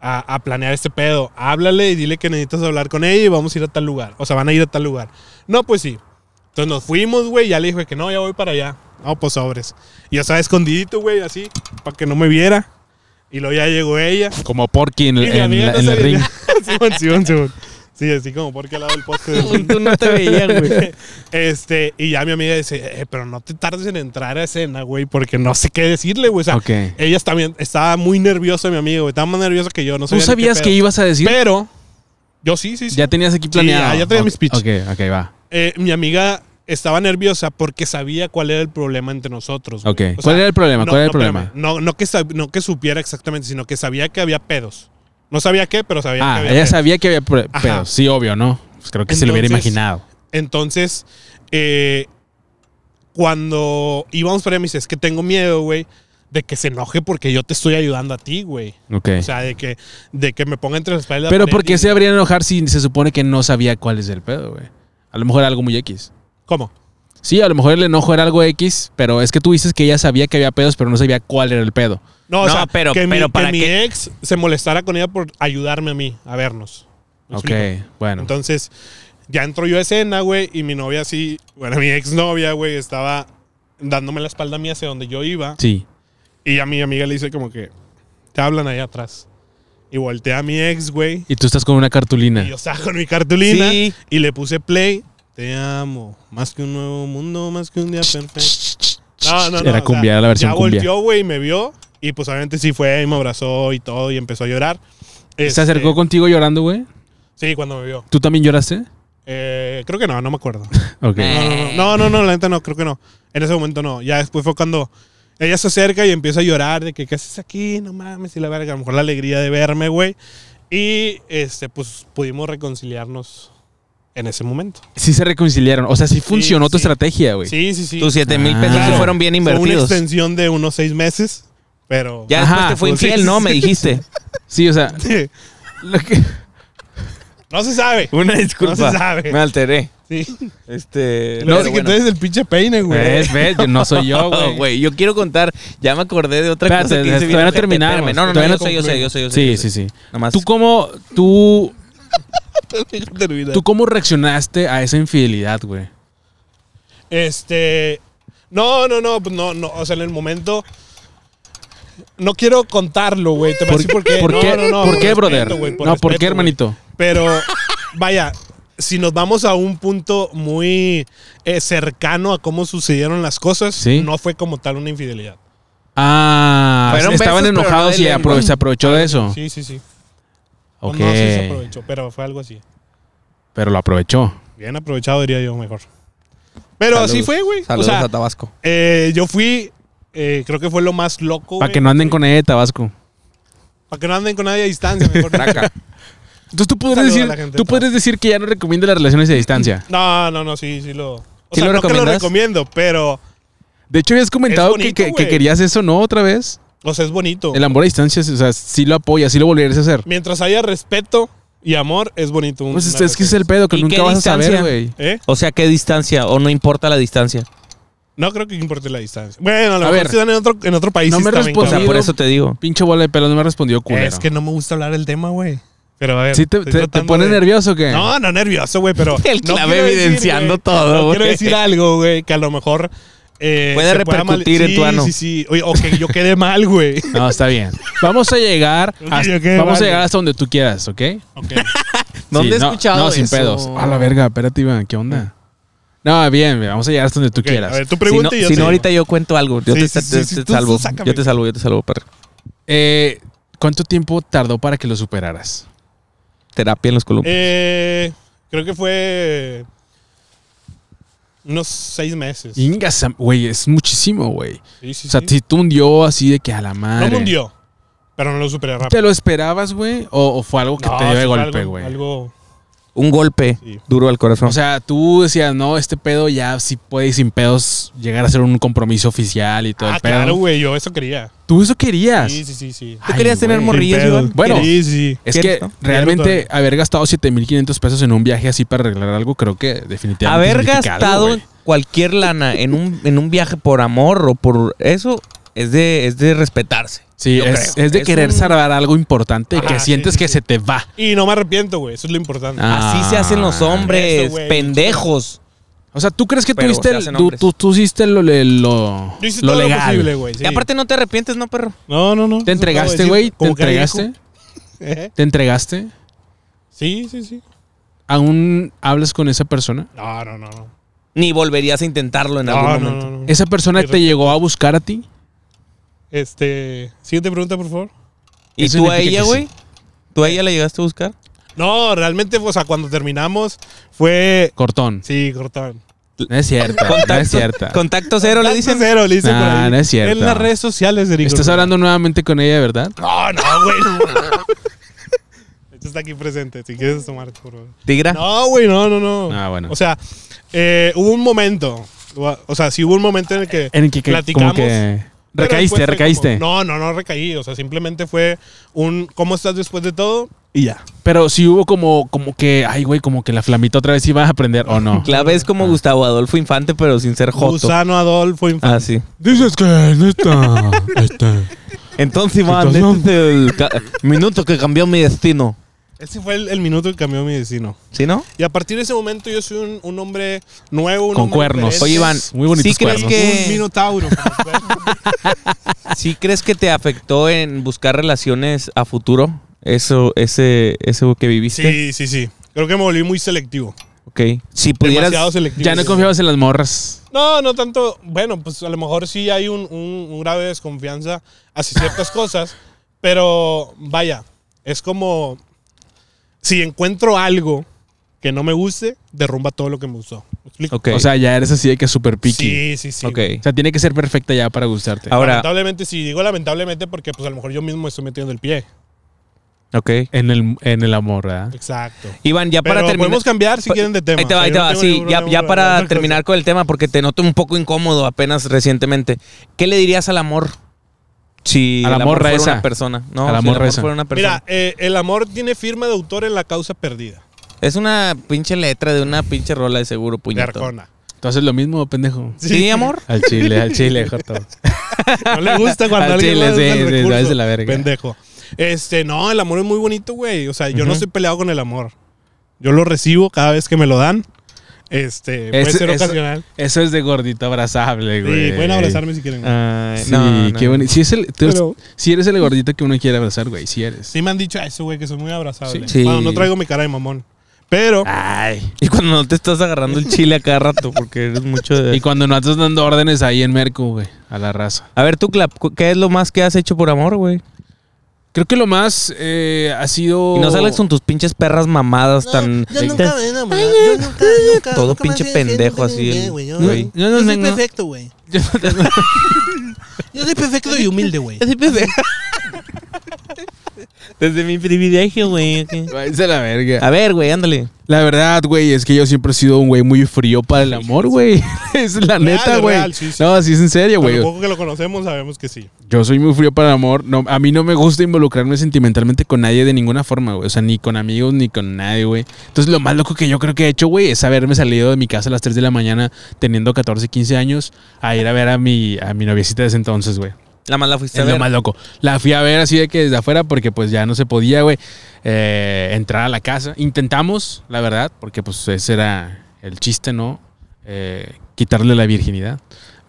S2: a- a planear este pedo. Háblale y dile que necesitas hablar con ella y vamos a ir a tal lugar. O sea, van a ir a tal lugar. No, pues sí. Entonces nos fuimos, güey. Ya le dije que no, ya voy para allá. No, pues sobres. Y yo estaba escondidito, güey, así, para que no me viera. Y luego ya llegó ella.
S1: Como Porky en,
S2: Y mi
S1: en-
S2: amiga no
S1: en el
S2: sabía. [LAUGHS]
S1: ring.
S2: Simón, Simón, Simón. Sí, así como porque al lado del poste. del ring.
S3: Tú no te veías, güey.
S2: [LAUGHS] Este, y ya mi amiga dice, "Eh, pero no te tardes en entrar a escena, güey, porque no sé qué decirle, güey. O sea,
S1: Ok.
S2: ella también estaba muy nerviosa, mi amiga, güey. Estaba más nerviosa que yo, no
S1: ¿Tú
S2: sabía ni qué
S1: sabías que
S2: pedo.
S1: ibas a decir?
S2: Pero, yo sí, sí, sí.
S1: Ya tenías aquí
S2: Sí, ah, ya-
S1: planeado.
S2: ya tenía mi
S1: Ok,
S2: speech.
S1: Ok, ok, va.
S2: Eh, mi amiga estaba nerviosa porque sabía cuál era el problema entre nosotros. güey.
S1: Ok.
S2: O sea,
S1: ¿Cuál era el problema?
S2: no,
S1: ¿Cuál era el
S2: no,
S1: problema?
S2: espérame. No, no, que sab- no que supiera exactamente, sino que sabía que había pedos. No sabía qué, pero sabía que
S1: Ah,
S2: había
S1: ella
S2: pedos.
S1: sabía que había pre-
S2: Ajá.
S1: pedos. Sí, obvio, ¿no? Pues creo que se lo hubiera
S2: Entonces-
S1: imaginado.
S2: Entonces, eh, cuando íbamos para allá, me dice, es que tengo miedo, güey, de que se enoje porque yo te estoy ayudando a ti, güey.
S1: Ok.
S2: O sea, de que, de que me ponga entre las espaldas.
S1: Pero ¿por qué se habría de enojar si se supone que no sabía cuál es el pedo, güey? A lo mejor era algo muy X.
S2: ¿Cómo?
S1: Sí, a lo mejor el enojo era algo X, pero es que tú dices que ella sabía que había pedos, pero no sabía cuál era el pedo.
S2: No, o
S3: No,
S2: sea,
S3: pero-
S2: que, mi,
S3: pero
S2: que
S3: ¿para
S2: mi
S3: qué?
S2: ex se molestara con ella por ayudarme a mí a vernos. ¿Me
S1: Ok,
S2: explico?
S1: bueno.
S2: Entonces, ya entro yo a escena, güey, y mi novia sí, bueno, mi exnovia, güey, estaba dándome la espalda a mí hacia donde yo iba.
S1: sí.
S2: Y a mi amiga le dice como que, te hablan ahí atrás. Y volteé a mi ex, güey.
S1: Y tú estás con una cartulina.
S2: Y yo saco mi cartulina
S3: Sí.
S2: y le puse play. Te amo, más que un nuevo mundo, más que un día perfecto. No, no, no.
S1: Era
S2: o sea,
S1: cumbia, era la versión
S2: ya
S1: cumbia.
S2: volteó, güey, y me vio. Y pues obviamente sí fue y me abrazó y todo y empezó a llorar.
S1: ¿Se
S2: este,
S1: acercó contigo llorando, güey?
S2: Sí, cuando me vio.
S1: ¿Tú también
S3: [LAUGHS]
S1: lloraste?
S2: Eh, creo que no, no me acuerdo.
S1: Ok.
S3: Eh.
S2: No, no, no, no, no, la neta no, creo que no. En ese momento no. Ya después fue cuando ella se acerca y empieza a llorar de que, ¿qué haces aquí? No mames, y la verga, a lo mejor la alegría de verme, güey. Y este, pues pudimos reconciliarnos en ese momento.
S1: Sí se reconciliaron. O sea, sí funcionó tu
S2: sí.
S1: estrategia, güey.
S2: Sí, sí, sí.
S3: Tus 7 mil
S1: Ah.
S3: pesos
S1: Claro.
S3: sí fueron bien
S2: Fue una
S3: invertidos.
S2: extensión de unos seis meses, pero.
S3: Ya
S1: Ajá,
S3: después te fue
S2: pues,
S3: infiel,
S2: sí. [LAUGHS]
S3: ¿no? Me dijiste.
S1: Sí, o sea, [LAUGHS] lo que-
S2: no se sabe.
S3: Una
S2: disculpa. sabe.
S3: Me alteré.
S2: Sí.
S3: Este.
S2: No,
S3: pero
S2: sé que
S3: bueno.
S2: entonces el pinche peine, güey.
S1: ves, ves, yo- [LAUGHS] no soy yo,
S3: No,
S1: güey.
S3: güey, yo quiero contar. Ya me acordé de otra
S1: Espérate,
S3: cosa que hice bien
S1: todavía no
S3: ojete,
S1: terminamos,
S3: espérame. No, no, no,
S1: todavía
S3: yo
S1: no
S3: sé, yo sé, yo sé, yo sé.
S1: Sí,
S3: yo sé.
S1: sí, sí.
S3: Nomás-
S1: ¿Tú cómo, tú,
S2: Termina.
S1: tú cómo reaccionaste a esa infidelidad, güey?
S2: Este. No, no, no, pues, no, no. O sea, en el momento. No quiero contarlo, güey. Te voy a decir por qué.
S1: ¿Por
S2: Pues No,
S1: qué,
S2: no, no,
S1: ¿por qué,
S2: respeto,
S1: brother?
S2: güey,
S1: no, ¿por
S2: respeto,
S1: qué,
S2: güey.
S1: hermanito?
S2: Pero, vaya, si nos vamos a un punto muy eh, cercano a cómo sucedieron las cosas,
S1: Sí.
S2: no fue como tal una infidelidad.
S1: Ah,
S3: Fueron
S1: estaban
S3: besos, pero
S1: enojados
S3: no de
S1: y
S3: lengua.
S1: apro- se aprovechó de eso.
S2: Sí, sí, sí.
S1: Ah. Ok.
S2: No sé si se aprovechó, pero fue algo así.
S1: Pero lo aprovechó.
S2: Bien aprovechado, diría yo mejor. Pero así
S3: Saludos.
S2: fue, güey. O
S3: Saludos
S2: sea,
S3: a Tabasco.
S2: eh, yo fui, eh, creo que fue lo más loco.
S1: Para que no anden con ella de Tabasco.
S2: Para que no anden con nadie a distancia, mejor.
S3: Traca.
S2: [LAUGHS]
S1: Entonces tú podrías
S2: Saludos a
S1: decir,
S2: la gente de
S1: tú podrías decir que ya no recomienda las relaciones a distancia.
S2: No, no, no, sí, sí lo. O
S3: ¿Sí
S2: sea,
S3: lo
S2: no que lo
S3: recomiendas?
S2: recomiendo, pero.
S1: De hecho, habías comentado
S2: bonito,
S1: que, que- que
S2: güey.
S1: querías eso, ¿no? Otra vez.
S2: O sea, es bonito.
S1: El amor a distancia, o sea, sí lo apoyas, sí lo volverías a hacer.
S2: Mientras haya respeto y amor, es bonito. un-
S1: Pues
S2: una
S1: es, es que ese es el
S2: relación.
S1: pedo que
S3: ¿Y
S1: nunca
S3: qué
S1: vas a saber,
S3: distancia?
S1: güey.
S2: ¿Eh?
S3: O sea, ¿qué distancia? ¿O no importa la distancia?
S2: No creo que importe la distancia. Bueno, a lo
S1: A
S2: mejor
S1: ver.
S2: si dan en otro, en otro país.
S1: No
S2: sí
S1: me
S2: está bien,
S1: responsab-
S3: O sea,
S1: Amigo.
S3: por eso te digo.
S1: Pinche bola de pelo, no me respondió
S2: cabrón.
S1: culero.
S2: Es que no me gusta hablar del tema, güey. Pero a ver.
S1: ¿Sí te,
S2: estoy
S1: te- te
S2: tratando
S1: pone
S2: de-
S1: nervioso o qué?
S2: No, no nervioso, güey, pero.
S3: [LAUGHS] El
S2: no
S3: clave
S2: quiero decir,
S3: evidenciando
S2: güey,
S3: todo,
S2: no Quiero
S3: güey.
S2: decir algo, güey, que a lo mejor. eh,
S3: Puede
S2: se pueda mal-
S3: repercutir en
S2: Sí,
S3: tu ano.
S2: Sí, sí, Oye, O que yo quede mal, güey. [LAUGHS]
S1: No, está bien. Vamos a llegar
S2: Ok,
S1: hasta-
S2: ok,
S1: vamos a
S2: vale.
S1: llegar hasta donde tú quieras, ¿ok?
S2: Ok.
S3: ¿Dónde
S1: Sí,
S3: he
S1: no-
S3: escuchado
S1: No, sin
S3: eso?
S1: pedos. A la verga, espérate, Iván, ¿qué onda? No, bien, bien, vamos a llegar hasta donde tú
S2: Ok,
S1: quieras.
S2: A ver, tú
S3: Si no,
S2: pregunta y yo
S3: si
S2: te
S3: no,
S2: digo.
S3: ahorita yo cuento algo. Yo
S2: Sí,
S3: te,
S2: sí,
S3: te-
S2: sí,
S3: te
S2: tú- tú
S3: salvo.
S2: sácame.
S3: yo te salvo, yo te salvo, perro.
S1: Eh, ¿Cuánto tiempo tardó para que lo superaras?
S3: Terapia en los columpios.
S2: Eh, creo que fue unos seis meses.
S1: Ingas, güey, es muchísimo, güey.
S2: Sí, sí,
S1: O sea,
S2: sí.
S1: si tú hundió así de que a la
S2: no
S1: madre.
S2: me hundió, pero no lo superé rápido.
S1: ¿Te lo esperabas, güey? O, o fue algo que
S2: No,
S1: te dio de
S2: sí fue
S1: golpe,
S2: algo-
S1: güey?
S2: Algo,
S3: Un golpe
S2: Eh, Sí.
S3: duro al corazón.
S1: O sea, tú decías, no, este pedo ya sí puede y sin pedos llegar a ser un compromiso oficial y todo
S2: Ah,
S1: el pedo.
S2: claro, güey, yo eso quería.
S1: Tú eso querías.
S2: Sí, sí, sí, sí.
S3: ¿Tú
S1: Ay,
S3: querías tener
S1: güey.
S3: morrillos,
S2: Sin pedo.
S3: Iván?
S1: Bueno.
S2: Sí, sí.
S1: Es
S3: ¿Quieres,
S1: que
S3: no?
S1: realmente
S2: Quiero
S1: haber gastado 7.500 pesos en un viaje así para arreglar algo, creo que definitivamente.
S3: Haber
S1: significa algo,
S3: gastado
S1: güey.
S3: cualquier lana en un, en un viaje por amor o por eso es de, es de respetarse.
S1: sí,
S3: yo
S1: es,
S3: creo.
S1: es de
S3: Es
S1: querer
S3: un-
S1: salvar algo importante
S2: Ajá,
S1: que
S2: Ah, sí,
S1: sientes
S2: sí,
S1: que
S2: sí.
S1: se te va.
S2: Y no me arrepiento, güey, eso es lo importante.
S1: Ah.
S3: Así se hacen los hombres,
S2: Eso, güey.
S3: pendejos.
S1: O sea, ¿tú crees que
S3: Pero
S1: tuviste
S3: se
S1: el-
S3: hacen
S1: tú,
S3: hombres.
S1: tú- tú hiciste lo, le- lo,
S2: Yo hice
S1: lo
S2: todo
S1: legal?
S2: lo posible, güey. sí.
S3: Y aparte no te arrepientes, ¿no, perro?
S2: no, no, no.
S1: ¿Te entregaste, güey? ¿Te entregaste? ¿Te entregaste?
S2: "Eh, Sí, sí, sí.
S1: ¿Aún hablas con esa persona?
S2: No, no, no. no.
S3: Ni volverías a intentarlo en
S2: No,
S3: algún
S2: no,
S3: momento.
S2: no, no.
S1: ¿Esa persona
S2: Mm, Sí,
S1: te llegó a buscar a ti?
S2: Este, siguiente pregunta, por favor.
S3: ¿Y
S1: Eso
S3: tú a
S1: significa
S3: ella,
S1: que
S3: güey?
S1: sí.
S3: ¿Tú a ella la llegaste a buscar?
S2: No, realmente, o sea, cuando terminamos fue...
S1: Cortón.
S2: Sí, cortaban.
S1: No es cierta. no es cierta.
S3: Contacto cero le dicen.
S2: cero, le dicen por
S1: Nah,
S2: ahí.
S1: no es cierto.
S2: En las redes sociales, Eric.
S1: Estás hablando nuevamente con ella, ¿verdad?
S2: No, no, güey. no.
S1: [LAUGHS]
S2: Esto está aquí presente. Si quieres tomarte, por favor.
S3: Tigra.
S2: No, güey, no, no, no.
S1: Ah, bueno.
S2: O sea, eh, hubo un momento. O sea, sí hubo un momento en el que,
S1: En el que, que-
S2: platicamos.
S1: como que
S2: pero después
S1: recaíste,
S2: fue
S1: recaíste.
S2: como, no, no, no recaí. O sea, simplemente fue un ¿cómo estás después de todo? Y ya.
S1: Pero sí hubo como, como que, ay, güey, como que la flamita otra vez iba a aprender o no.
S3: La ves como Gustavo Adolfo Infante, pero sin ser joto.
S2: Gusano Adolfo Infante.
S3: Ah, sí.
S1: Dices que [LAUGHS] neta,
S2: este.
S3: Entonces, Iván,
S1: Entonces,
S3: este es el ca- minuto que cambió mi destino.
S2: Ese fue el, el minuto que cambió mi destino.
S3: ¿Sí, no?
S2: Y a partir de ese momento yo soy un, un hombre nuevo. Un
S1: Con
S2: hombre
S1: cuernos.
S2: diferente.
S3: Oye, Iván,
S1: Muy bonitos
S3: ¿sí crees
S1: cuernos.
S3: que-
S2: Un minotauro.
S3: ¿Sí crees que te afectó en buscar relaciones a futuro? Eso, ese, eso que viviste.
S2: sí, sí, sí. Creo que me volví muy selectivo.
S3: Ok. Si pudieras.
S2: Demasiado selectivo.
S1: Ya no
S2: Sí.
S1: confiabas en las morras.
S2: No, no tanto. Bueno, pues a lo mejor sí hay un, un- un grave desconfianza hacia ciertas cosas, pero vaya, es como si encuentro algo que no me guste, derrumba todo lo que me gustó. ¿Me explico?
S3: Ok.
S1: O sea, ya eres así de que súper picky.
S2: Sí, sí, sí.
S3: ok.
S1: O sea, tiene que ser perfecta ya para gustarte.
S3: Ahora,
S2: Lamentablemente, sí, digo lamentablemente porque pues a lo mejor yo mismo me estoy metiendo el pie.
S3: ok.
S1: En el, en el amor, ¿verdad?
S2: Exacto.
S3: Iván, ya
S2: Pero
S3: para terminar.
S2: podemos cambiar si quieren de tema.
S3: Ahí te va, ahí
S2: O
S3: te
S2: sea, yo
S3: va.
S2: no
S3: Sí,
S2: tengo
S3: ya,
S2: ningún
S3: ya
S2: problema.
S3: para
S2: Otra cosa.
S3: terminar con el tema, porque te noto un poco incómodo apenas recientemente. ¿Qué le dirías al amor? Si
S1: A la
S3: el amor
S1: morra
S3: fuera
S1: esa.
S3: una persona. No,
S1: A la
S3: si el
S1: morra
S3: amor
S1: esa.
S3: fuera una persona.
S2: Mira, eh, el amor tiene firma de autor en la causa perdida.
S3: es una pinche letra de una pinche rola de seguro,
S2: De
S3: puñeto.
S2: Arjona.
S1: ¿Tú haces lo mismo, pendejo?
S3: ¿Sí, amor?
S1: Al chile, al chile, Joto.
S2: No le
S3: [LAUGHS]
S2: gusta cuando
S1: Al
S2: alguien
S1: chile,
S2: le
S1: sí, sí,
S2: recurso.
S1: sabes de la verga.
S2: Pendejo. Este, no, el amor es muy bonito, güey. O sea, yo no
S3: Ujú.
S2: estoy peleado con el amor. Yo lo recibo cada vez que me lo dan. Este, puede
S1: Es-
S2: ser
S1: es-
S2: ocasional.
S1: Eso es de gordito abrazable, güey.
S2: Sí, pueden abrazarme si quieren. güey.
S3: Ay,
S1: Sí,
S3: no, no,
S1: qué
S3: no.
S1: bonito. Si, es el, tú-
S2: Pero-
S1: si eres el gordito que uno quiere abrazar, güey, si eres.
S2: Sí me han dicho eso, güey, que soy muy abrazable.
S3: Sí. Ah,
S2: Bueno, no traigo mi cara de mamón. Pero,
S1: Ay.
S3: [LAUGHS] Y cuando no te estás agarrando el chile a cada rato, porque eres mucho de.
S1: Y cuando no estás dando órdenes ahí en Merco, güey, a la raza.
S3: A ver, tú, Clap, cu- ¿qué es lo más que has hecho por amor, güey?
S1: Creo que lo más eh, ha sido.
S3: Y no sales con tus pinches perras mamadas tan.
S4: Yo nunca me he enamorado.
S3: Ay,
S4: Yo nunca, nunca.
S3: Todo
S4: nunca me
S3: pinche
S4: fui-
S3: pendejo
S4: nunca me
S3: así,
S4: enamoré,
S3: el-
S4: güey. Yo,
S3: güey.
S4: yo
S1: No, no,
S4: soy
S1: no.
S4: perfecto,
S3: [LAUGHS]
S4: güey. Yo soy perfecto y humilde, güey.
S3: [LAUGHS] Desde mi privilegio, güey.
S1: Váyanse a la verga.
S2: Ah.
S3: A ver, güey, ándale.
S1: La verdad, güey, es que yo siempre he sido un güey muy frío para el amor, güey. [LAUGHS] es la neta,
S2: es
S1: güey.
S2: real, sí, sí.
S1: No, así es en serio,
S2: por
S1: güey.
S2: lo poco que lo conocemos, sabemos que sí.
S1: Yo soy muy frío para el amor. No, a mí no me gusta involucrarme sentimentalmente con nadie de ninguna forma, güey. O sea, ni con amigos, ni con nadie, güey. Entonces, lo más loco que yo creo que he hecho, güey, es haberme salido de mi casa a las 3 de la mañana, teniendo 14, 15 años, a ir a ver a mi, a mi noviecita de ese entonces, güey.
S3: La mala fuiste a
S1: Es lo
S3: ver.
S1: más loco. La fui a ver así de que desde afuera porque pues ya no se podía, güey, eh, entrar a la casa. Intentamos, la verdad, porque pues ese era el chiste, ¿no? Eh, quitarle la virginidad.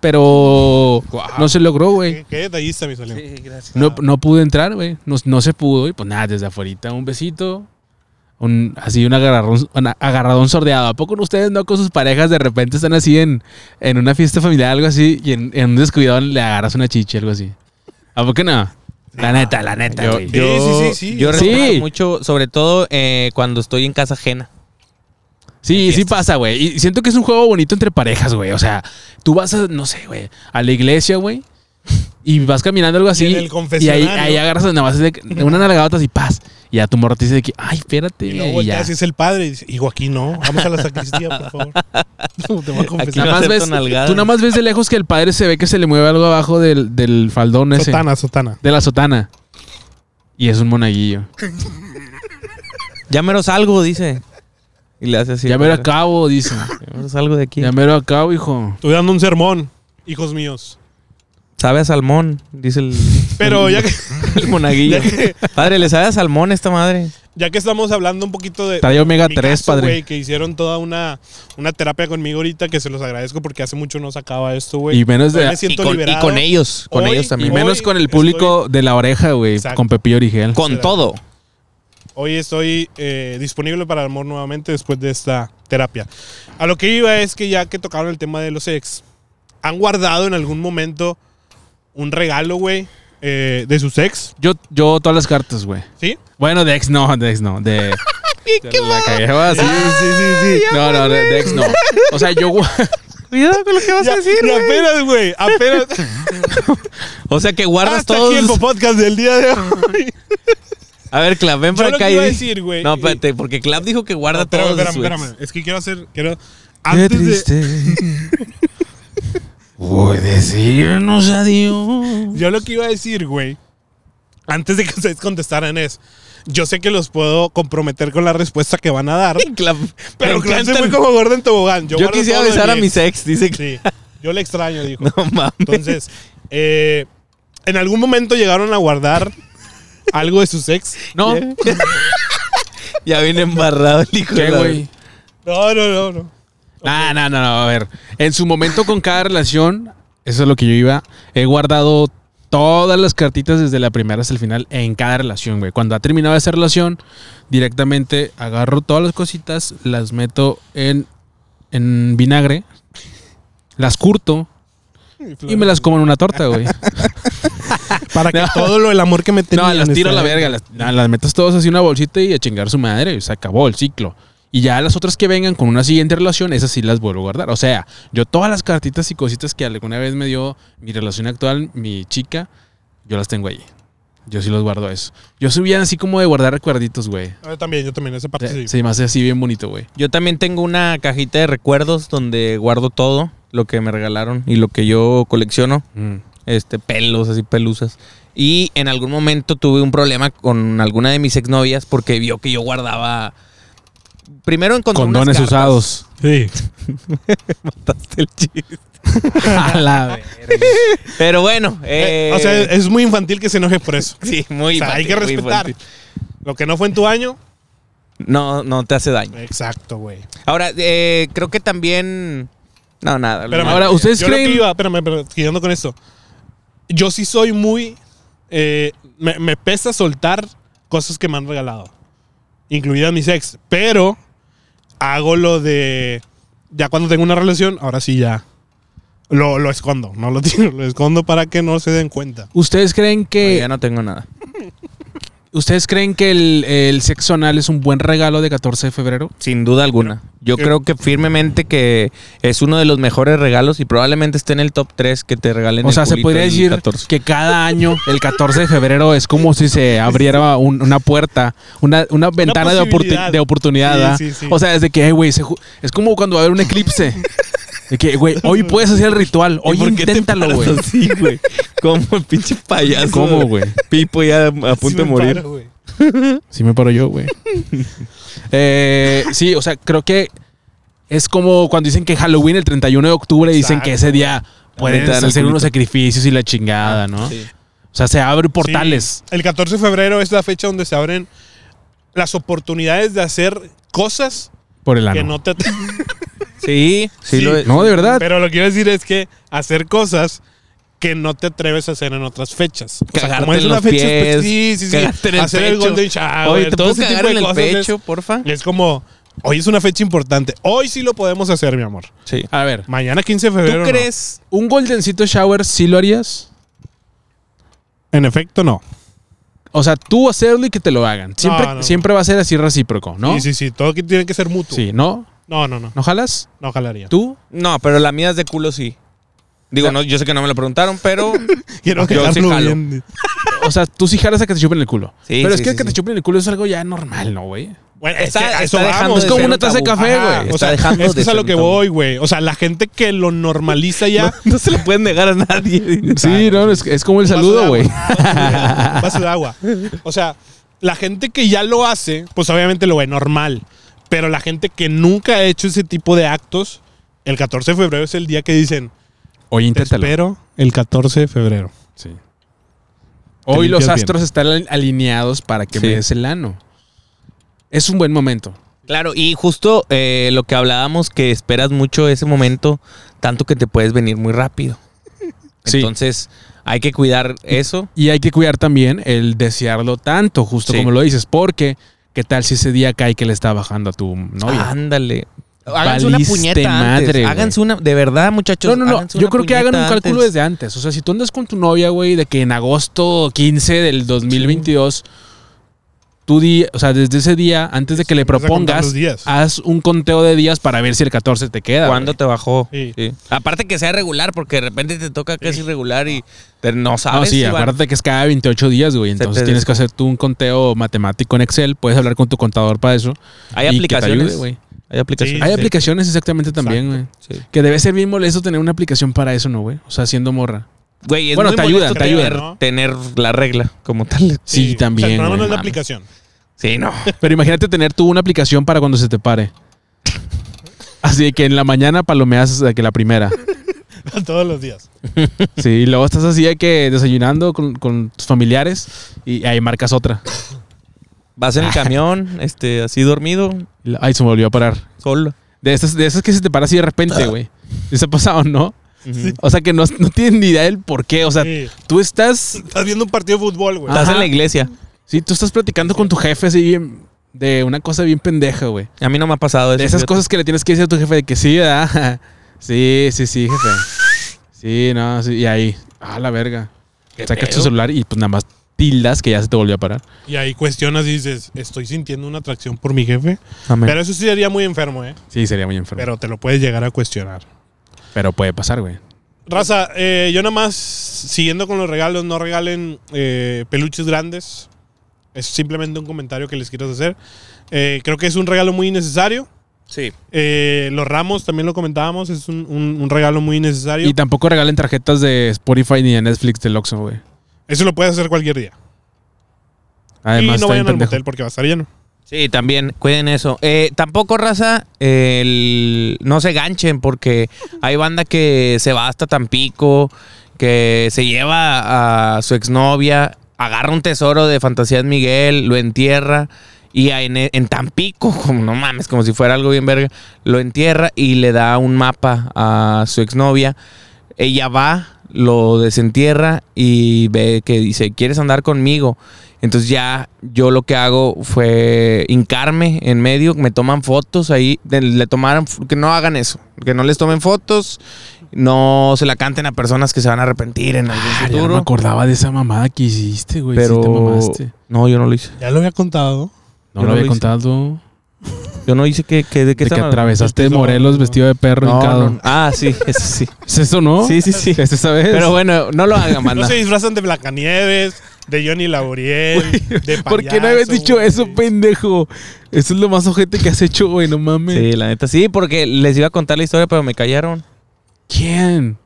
S1: Pero no se logró, güey.
S2: Qué, qué detallista, mi Solín.
S1: No,
S2: Ah.
S1: no pude entrar, güey. No, no se pudo. Y pues nada, desde afuera un besito. Un, así un agarradón, un agarradón sordeado. ¿A poco ustedes no con sus parejas de repente están así en, en una fiesta familiar, algo así, y en, en un descuidado le agarras una chicha, algo así? ¿A poco no? La neta, la neta,
S3: Yo-
S1: güey.
S2: Sí,
S3: Yo,
S2: sí, sí, sí.
S3: yo
S1: Sí.
S3: respeto mucho, sobre todo eh, cuando estoy en casa ajena.
S1: Sí, sí pasa, güey. Y siento que es un juego bonito entre parejas, güey. O sea, tú vas a, no sé, güey, a la iglesia, güey. Y vas caminando algo así.
S2: en el
S1: ahí,
S2: confesionario.
S1: ahí agarras nada más de que- una nalgadota así, paz. Y a tu morro te dice de que, ay, espérate.
S2: Y luego
S1: y ya.
S2: volteas y es el padre y dice, hijo, aquí no. Vamos a la sacristía, por
S3: [LAUGHS]
S2: favor. Te voy a
S3: Aquí
S2: [LAUGHS] confesar.
S1: Nada más
S3: acepto
S1: ves,
S3: nalgadas.
S1: tú nada más ves de lejos que el padre se ve que se le mueve algo abajo del, del faldón ese.
S2: Sotana, sotana.
S1: De la sotana. Y es un monaguillo.
S3: Ya mero salgo, dice. Y le hace así.
S1: ya me lo acabo, dice.
S2: [LAUGHS]
S3: Ya mero salgo de aquí.
S1: Ya me lo acabo, hijo.
S2: Estoy dando un sermón, hijos míos.
S3: Sabe a salmón, dice [LAUGHS] el,
S2: Pero ya que,
S3: el monaguillo. Padre, le sabe a salmón esta madre.
S2: ya que estamos hablando un poquito de.
S1: Trae omega
S2: mi
S1: 3,
S2: caso,
S1: padre.
S2: güey, que hicieron toda una, una terapia conmigo ahorita, que se los agradezco porque hace mucho no sacaba esto, güey.
S1: Y menos de-
S2: Hoy me
S1: y
S3: Y
S2: siento
S3: con, y
S2: liberado.
S3: con ellos, con
S2: Hoy-
S3: ellos
S1: Y
S3: también.
S2: Hoy
S1: menos con el público de la oreja, güey.
S2: Exacto.
S1: Con Pepillo Origel.
S3: Con todo.
S2: Hoy estoy eh, disponible para el amor nuevamente después de esta terapia. A lo que iba es que ya que tocaron el tema de los ex, ¿han guardado en algún momento un regalo, güey, eh, de sus ex?
S1: Yo, yo todas las cartas, güey.
S2: ¿Sí?
S1: Bueno, de ex no, de ex no. De,
S3: bien
S1: Te la cagaba, sí, sí, sí, sí.
S3: ya
S1: No, no,
S3: acordé.
S1: Dex no. O sea, yo.
S3: Cuidado con lo que vas
S2: Ya-
S3: a decir,
S2: y
S3: güey.
S2: apenas, güey. Apenas.
S3: O sea que [LAUGHS] guardas
S2: Hasta
S3: todos.
S2: aquí el podcast del día
S3: [LAUGHS]
S2: de hoy.
S3: A ver, Clap, ven
S2: Yo
S3: para
S2: lo
S3: acá
S2: que iba
S3: y-
S2: a decir, güey,
S3: No,
S2: y-
S3: espérate, porque Clap dijo que guarda
S2: No, espérame,
S3: todos. de
S2: espérame,
S3: su ex.
S2: espérame. Es que quiero hacer. Quiero, antes de. [LAUGHS]
S1: Voy a decirnos adiós.
S2: Yo lo que iba a decir, güey. Antes de que [LAUGHS] ustedes contestaran es. Yo sé que los puedo comprometer con la respuesta que van a dar.
S3: [LAUGHS] Clap,
S2: Pero
S3: me
S2: Clan se
S3: encantan.
S2: fue como gordo en tobogán. Yo,
S3: Yo
S2: guardo
S3: quisiera
S2: todo lo de
S3: besar a
S2: mi
S3: mis ex, dice
S2: ex.
S3: que.
S2: Sí. Yo le extraño, dijo.
S3: [LAUGHS] No mames.
S2: Entonces, eh, en algún momento llegaron a guardar algo de sus ex.
S1: No,
S3: ya viene embarrado el hijo de
S1: ¿qué,
S3: la-
S1: güey?
S2: No, no, no, no.
S1: Nah, nah, nah, nah, a ver. En su momento con cada relación, eso es lo que yo iba. He guardado todas las cartitas desde la primera hasta el final en cada relación, güey. Cuando ha terminado esa relación, directamente agarro todas las cositas, las meto en, en vinagre, las curto y me las como en una torta, güey.
S2: Para que
S1: No.
S2: todo lo del amor que me este,
S1: No,
S2: tenía.
S1: las tiro a la verga. Las, nah, las metes todas así en una bolsita y a chingar su madre. Y se acabó el ciclo. Y ya las otras que vengan con una siguiente relación, esas sí las vuelvo a guardar. O sea, yo todas las cartitas y cositas que alguna vez me dio mi relación actual, mi chica, yo las tengo ahí. Yo sí los guardo eso. Yo subía así como de guardar recuerditos, güey.
S2: Yo también, yo también, esa parte Ah, sí.
S1: Se me hace así bien bonito, güey.
S3: Yo también tengo una cajita de recuerdos donde guardo todo lo que me regalaron y lo que yo colecciono.
S1: Mm.
S3: este, pelos, así pelusas. Y en algún momento tuve un problema con alguna de mis exnovias porque vio que yo guardaba. Primero encontré unas
S1: Condones
S3: cartas. [LAUGHS]
S1: usados.
S2: Sí.
S3: Mataste el chiste.
S1: A [LAUGHS] la verga.
S3: Pero bueno, eh,
S2: Eh, o sea, es muy infantil que se enoje por eso.
S3: sí, muy.
S2: o sea, hay que
S3: infantil, muy
S2: respetar.
S3: infantil.
S2: Lo que no fue en tu año.
S3: No, no te hace daño.
S2: Exacto, güey.
S3: Ahora, eh, creo que también. No, nada.
S2: Espérame,
S1: Ahora, ¿ustedes
S2: yo lo que
S1: creen-
S2: iba- espérame, espérame, siguiendo con esto. Yo sí soy muy. eh, me, me pesa soltar cosas que me han regalado, incluidas mis ex. Pero hago lo de. Ya cuando tengo una relación, ahora sí ya. Lo, lo escondo, no lo [LAUGHS] tiro, lo escondo para que no se den cuenta.
S1: ¿Ustedes creen que
S3: ya no tengo nada.
S1: ustedes creen que el, el sexo anal es un buen regalo de 14 de febrero?
S3: Sin duda alguna. Yo
S2: ¿Qué?
S3: creo que firmemente que es uno de los mejores regalos y probablemente esté en el top 3 que te regalen.
S1: O
S3: el
S1: sea, se
S3: culito
S1: podría
S3: el
S1: decir
S3: 14.
S1: que cada año, el 14 de febrero, es como si se abriera un- una puerta, una, una ventana de, oportu-
S2: posibilidad.
S1: de oportunidad.
S2: Sí,
S1: ¿ah?
S2: sí, sí.
S1: O sea, desde que, eh, güey, se ju- es como cuando va a haber un eclipse. De que, güey, hoy puedes hacer el ritual,
S3: ¿Y
S1: hoy
S3: por qué te
S1: inténtalo,
S3: paras
S1: güey.
S3: así, [LAUGHS] güey. Como el pinche payaso.
S1: ¿Cómo, güey?
S3: Pipo ya a punto
S2: Sí
S3: de
S2: me
S3: morir.
S2: paro, güey.
S1: Sí me paro yo, güey. [LAUGHS] Eh, sí, o sea, creo que es como cuando dicen que Halloween el 31 de octubre dicen que ese día pueden
S3: Te dan el
S1: hacer unos
S3: culito.
S1: sacrificios y la chingada, ¿no?
S3: Sí.
S1: O sea, se abren portales.
S2: Sí. El 14 de febrero es la fecha donde se abren las oportunidades de hacer cosas
S1: Por el ano.
S2: que no te.
S3: Sí, sí,
S2: Sí.
S3: lo es.
S1: no, de verdad.
S2: Pero lo que iba a decir es que hacer cosas que no te atreves a hacer en otras fechas. O sea,
S3: Cagarte
S2: como es
S3: en
S2: una
S3: los
S2: fecha
S3: pies,
S2: espe- sí, sí, sí.
S3: cagarte en el
S2: hacer el
S3: pecho.
S2: Golden Shower,
S3: Oye, ¿te
S2: todo
S3: puedo
S2: ese
S3: cagar
S2: tipo de
S3: en el
S2: cosas es-
S3: pecho, porfa?
S2: Es, como, hoy es una fecha importante. Hoy sí lo podemos hacer, mi amor.
S3: Sí.
S1: A ver,
S2: Mañana 15 de
S3: ¿Tú
S2: febrero. no.
S3: crees?
S1: ¿un goldencito shower sí lo harías?
S2: En efecto, no.
S1: O sea, tú hacerlo y que te lo hagan. Siempre,
S2: No, no,
S1: siempre va a ser así recíproco, ¿no?
S2: Sí, sí, sí. Todo que tiene que ser mutuo.
S1: Sí, ¿no?
S2: No, no, no.
S1: ¿No jalas?
S2: No jalaría.
S1: ¿Tú?
S3: No, pero la mía es de culo sí. Digo, no, yo sé que no me lo preguntaron, [LAUGHS] pero
S2: Quiero
S3: Yo sí
S2: dejarlo
S3: jalo.
S2: bien.
S1: O sea, tú sí jalas a que te chupen el culo.
S3: Sí,
S1: Pero es
S3: sí,
S1: que
S3: sí,
S1: que te
S3: sí.
S1: chupen el culo es algo ya normal, ¿no, güey?
S2: Bueno,
S3: Está-
S2: a
S3: está
S2: eso
S3: dejando
S2: vamos.
S1: Es como
S3: ser
S1: una
S3: un
S1: taza de
S3: tabú.
S1: café,
S2: Ajá,
S1: güey.
S2: O
S3: Está
S2: sea,
S3: dejando
S2: es que
S3: de
S2: es a
S3: ser
S2: lo
S3: un
S2: que
S3: tabú.
S2: voy, güey. O sea, la gente que lo normaliza ya.
S3: [LAUGHS] no se lo pueden negar a nadie.
S1: Sí, [LAUGHS] no, es, es como el saludo, güey.
S2: Un vaso de agua. O sea, la gente que ya lo hace, pues obviamente lo ve normal. Pero la gente que nunca ha hecho ese tipo de actos, el 14 de febrero es el día que dicen,
S1: Oye,
S2: te
S1: inténtalo.
S2: espero el 14 de febrero.
S1: Sí. Hoy
S2: Te
S1: los
S2: limpias
S1: astros están al- alineados para que
S3: Sí.
S1: me des el ano. Es un buen momento.
S3: Claro, y justo eh, lo que hablábamos, que esperas mucho ese momento, tanto que te puedes venir muy rápido.
S1: Sí.
S3: Entonces, hay que cuidar eso.
S1: Y hay que cuidar también el desearlo tanto, justo
S3: Sí.
S1: como lo dices, porque qué tal si ese día cae que le está bajando a tu novia.
S3: Ándale. Háganse una
S1: Valiste
S3: puñeta antes.
S1: madre, güey.
S3: Háganse una, de verdad, muchachos.
S1: No, no, no.
S3: háganse
S1: Yo
S3: una
S1: creo que hagan un
S3: puñeta
S1: cálculo
S3: antes.
S1: desde antes. O sea, si tú andas con tu novia, güey, de que en agosto 15 del 2022 tú di, o sea, desde ese día, antes de que le
S2: empieza a contar
S1: propongas,
S2: los días.
S1: haz un conteo de días para ver si el 14 te queda.
S3: ¿Cuándo
S1: güey.
S3: te bajó?
S2: Sí.
S3: Sí. Aparte que sea regular, porque de repente te toca que es irregular y te- no sabes.
S1: No, sí,
S3: si va-
S1: acuérdate que es cada 28 días, güey.
S3: Se te
S1: Entonces tienes que hacer tú un conteo matemático en Excel. Puedes hablar con tu contador para eso.
S3: Hay
S1: y que te
S3: aplicaciones.
S1: ayude, güey.
S3: Hay aplicaciones.
S1: Hay
S2: sí.
S1: aplicaciones exactamente también, güey.
S3: Sí.
S1: Que debe ser bien molesto tener una aplicación para eso, ¿no, güey? O sea, siendo morra.
S3: Güey, es
S1: Bueno,
S3: muy
S1: te ayudan,
S3: molesto
S1: te
S3: tener-
S2: ayudan, ¿no?
S3: Tener la regla como tal.
S1: Sí,
S2: O sea,
S1: también.
S2: el problema no
S1: güey.
S2: es la
S3: mames.
S2: aplicación.
S3: [LAUGHS]
S2: [LAUGHS]
S3: Sí, no.
S1: Pero imagínate tener tú una aplicación para cuando se te pare. Así de que en la mañana palomeas hasta que la primera.
S2: Todos los días.
S1: Sí, y luego estás así de que desayunando con, con tus familiares y ahí marcas otra.
S3: Vas en el camión, este, así dormido,
S1: Y la- Ay, se me volvió a parar.
S3: solo.
S1: De esas, de esas que se te para así de repente, güey. Eso ha pasado, ¿no? O sea, que no, no tienen ni idea del por qué. O sea,
S2: Sí.
S1: tú estás...
S2: Estás viendo un partido de fútbol, güey.
S1: Ah.
S3: Estás
S1: Ajá.
S3: en la iglesia.
S1: Sí, tú estás platicando con tu jefe así bien- De una cosa bien pendeja, güey.
S3: A mí no me ha pasado eso.
S1: De esas
S3: fíjate.
S1: cosas que le tienes que decir a tu jefe de que sí, ¿verdad? [LAUGHS] Sí, sí, sí, jefe. Sí, no, sí. Y ahí, ah, la verga. Sacas tu
S3: pedo?
S1: celular y pues nada más tildas que ya se te volvió a parar.
S2: Y ahí cuestionas y dices, estoy sintiendo una atracción por mi jefe.
S3: Amén.
S2: Pero eso sí sería muy enfermo, ¿eh?
S1: Sí, sería muy enfermo. Pero,
S2: Pero te lo puedes llegar a cuestionar.
S1: puede pasar, güey.
S2: Raza, eh, yo nada más, siguiendo con los regalos, no regalen eh, peluches grandes. Es simplemente un comentario que les quiero hacer. Eh, creo que es un regalo muy innecesario.
S3: Sí.
S2: Eh, los ramos, también lo comentábamos, es un, un- un regalo muy innecesario.
S1: Y tampoco regalen tarjetas de Spotify ni de Netflix del Oxxo, güey.
S2: Eso lo puedes hacer cualquier día.
S1: Además,
S2: y no
S1: está bien
S2: vayan al
S1: pendejo.
S2: motel porque va a estar lleno.
S3: Sí, también, cuiden eso. Eh, tampoco, raza, el- no se ganchen porque hay banda que se va hasta Tampico, que se lleva a su exnovia, agarra un tesoro de Fantasías Miguel, lo entierra y a- en, en Tampico, [LAUGHS] como no mames, como si fuera algo bien verga, lo entierra y le da un mapa a su exnovia. Ella va, lo desentierra y ve que dice, ¿quieres andar conmigo? Entonces ya yo lo que hago fue hincarme en medio, me toman fotos ahí, de- le tomaron, f- que no hagan eso, que no les tomen fotos, no se la canten a personas que se van a arrepentir en algún
S1: Ah, ya no me
S3: futuro.
S1: acordaba de esa mamada que hiciste, güey. Sí te
S3: pero
S1: mamaste.
S3: no, yo no lo hice.
S2: Ya lo había contado.
S1: No
S3: yo
S1: lo
S3: no
S1: había
S3: lo hice.
S1: contado.
S3: Yo no hice que, que
S1: de
S3: de qué
S1: que
S3: estaban
S1: atravesaste
S2: Del tesoro,
S1: Morelos
S2: ¿no?
S1: vestido de perro
S3: hablando.
S1: hincado.
S3: No, no, no. Ah, sí, eso [LAUGHS] sí.
S1: ¿Es eso, no?
S3: Sí, sí, sí.
S1: ¿Es esa vez?
S3: Pero bueno, [LAUGHS] no lo hagan,
S2: No
S3: manda.
S2: se disfrazan de Blancanieves, de
S1: [LAUGHS]
S2: Johnny Laboriel, de
S1: ¿Por qué no habías
S2: payaso,
S1: dicho
S2: güey?
S1: eso, pendejo? Eso es lo más ojete que has hecho, güey, no mames.
S3: Sí, la neta. Sí, porque les iba a contar la historia, pero me callaron.
S1: ¿Quién?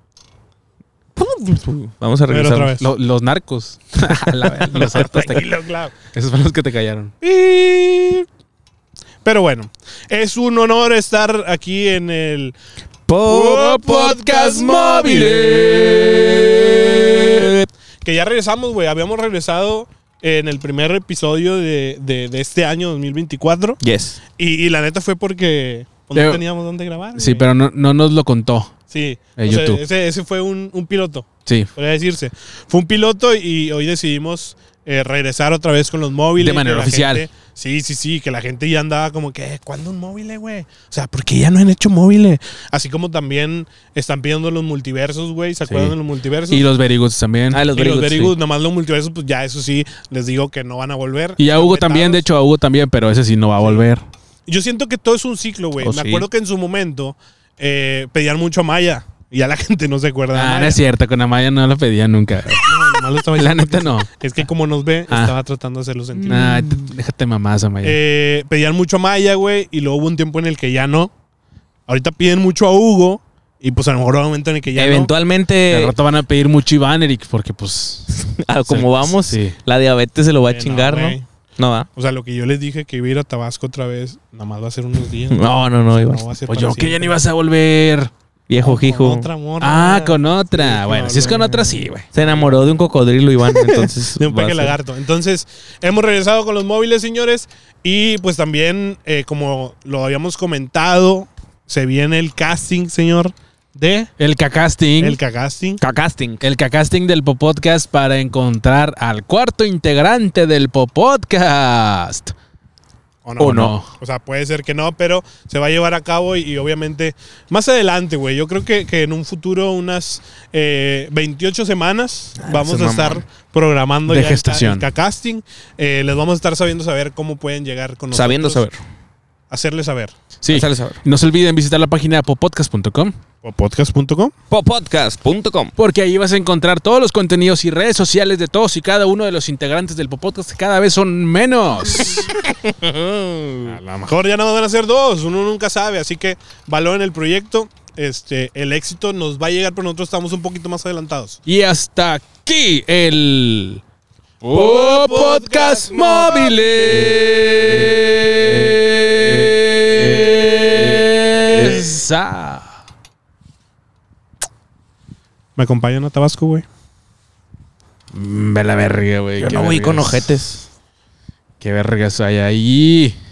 S3: Vamos a
S2: Pero
S3: regresar.
S2: otra vez.
S1: Lo- los [LAUGHS] narcos. La verga, [LAUGHS] los hartos te-
S2: Tranquilo, claro.
S1: Esos fueron los que te callaron.
S2: Pip. Pero bueno, es un honor estar aquí en el Puro Podcast Móvil. que ya regresamos, güey. Habíamos regresado en el primer episodio de, de- de este año 2024
S3: Yes.
S2: y, y la neta fue porque pues, no
S1: Pero-
S2: teníamos dónde grabar.
S1: Sí,
S2: güey.
S1: pero no, no nos lo contó.
S2: sí.
S1: Eh,
S2: O sea,
S1: YouTube.
S2: ese, ese fue un, un piloto,
S1: Sí.
S2: podría decirse. Fue un piloto y hoy decidimos eh, regresar otra vez con los móviles.
S1: De manera
S2: que la
S1: oficial.
S2: gente- sí, sí, sí, que la gente ya andaba como que, "Eh, ¿cuándo un móvil, eh, güey? O sea, ¿por qué ya no han hecho móviles? Así como también están pidiendo los multiversos, güey.
S1: Sí.
S2: ¿Se acuerdan de los multiversos?
S1: Y los Beriguts también.
S3: Ah, los
S2: Y los
S3: Beriguts,
S2: Very Good, nomás los multiversos, pues ya eso sí, les digo que no van a volver.
S1: Y a Hugo
S2: Están
S1: también, de
S2: vetados.
S1: hecho, a Hugo también, pero ese sí no va a volver.
S2: Yo siento que todo es un ciclo, güey.
S3: Oh,
S2: Me
S3: sí.
S2: acuerdo que en su momento eh, pedían mucho a Maya. Y ya la [LAUGHS] gente no se acuerda. de
S1: Ah,
S2: Maya.
S1: no es cierto, con Amaya no lo pedía [LAUGHS] nunca.
S2: No, nomás lo estaba
S1: La
S2: diciendo
S1: neta
S2: porque-
S1: no.
S2: Es que como nos ve,
S1: Ah.
S2: estaba tratando de hacerlo sentir.
S1: Nah, t- déjate mamás, Amaya.
S2: Eh, pedían mucho a Maya, güey, y luego hubo un tiempo en el que ya no. Ahorita piden mucho a Hugo, y pues a lo mejor hubo un momento en el que ya
S1: Al
S3: Eventualmente,
S1: rato van a pedir mucho Iván, Eric, porque pues.
S3: [LAUGHS] ah, como
S1: Sí.
S3: vamos,
S1: Sí.
S3: la diabetes se lo va a
S2: Eh, no,
S3: chingar, ¿no?
S2: güey.
S3: No va.
S2: no. O sea, lo que yo les dije que iba a ir a Tabasco otra vez, nada más va a ser unos días.
S3: [LAUGHS] No, no, no,
S2: No
S3: Iván.
S2: va a ser
S1: Pues
S2: para
S1: yo que ya
S2: siempre.
S1: ni vas a volver.
S3: Viejo jijo.
S2: Con otra morra.
S1: Ah, con otra.
S2: Sí,
S1: bueno,
S2: con
S1: si es con
S2: otra.
S1: otra, sí, güey.
S3: Se enamoró de un cocodrilo, Iván.
S2: [LAUGHS]
S3: Entonces.
S2: De un
S3: va a
S2: peque
S3: ser-
S2: lagarto. Entonces, hemos regresado con los móviles, señores. Y pues también, eh, como lo habíamos comentado, se viene el casting, señor, de
S1: El cacasting.
S2: el cacasting.
S3: Cacasting.
S1: El cacasting del Popodcast para encontrar al cuarto integrante del Popodcast.
S2: O no.
S1: O no.
S2: O sea, puede ser que no, pero se va a llevar a cabo y, y obviamente más adelante, güey. Yo creo que, que en un futuro, unas eh, 28 semanas, vamos
S3: ese
S2: a
S3: mamón.
S2: estar programando
S1: De
S2: ya el ca-
S1: gestación.
S2: el casting. Eh, les vamos a estar sabiendo saber cómo pueden llegar con nosotros.
S3: Sabiendo saber.
S2: Hacerles saber.
S1: Sí.
S3: Hacerles saber.
S1: No se olviden visitar la página de popodcast.com
S2: O podcast.com.
S3: Popodcast.com.
S1: porque ahí vas a encontrar todos los contenidos y redes sociales de todos y cada uno de los integrantes del Popodcast. que Cada vez son menos.
S2: A lo mejor ya no van a ser dos, uno nunca sabe, así que valoren el proyecto. Este, el éxito nos va a llegar, pero nosotros estamos un poquito más adelantados.
S1: y hasta aquí el Popodcast Móviles. Ah.
S2: ¿Me acompañan a Tabasco, güey?
S1: Mm, Ve la verga, güey.
S3: Yo
S1: qué
S3: no voy con
S1: vergas.
S3: ojetes.
S1: Qué vergas hay ahí.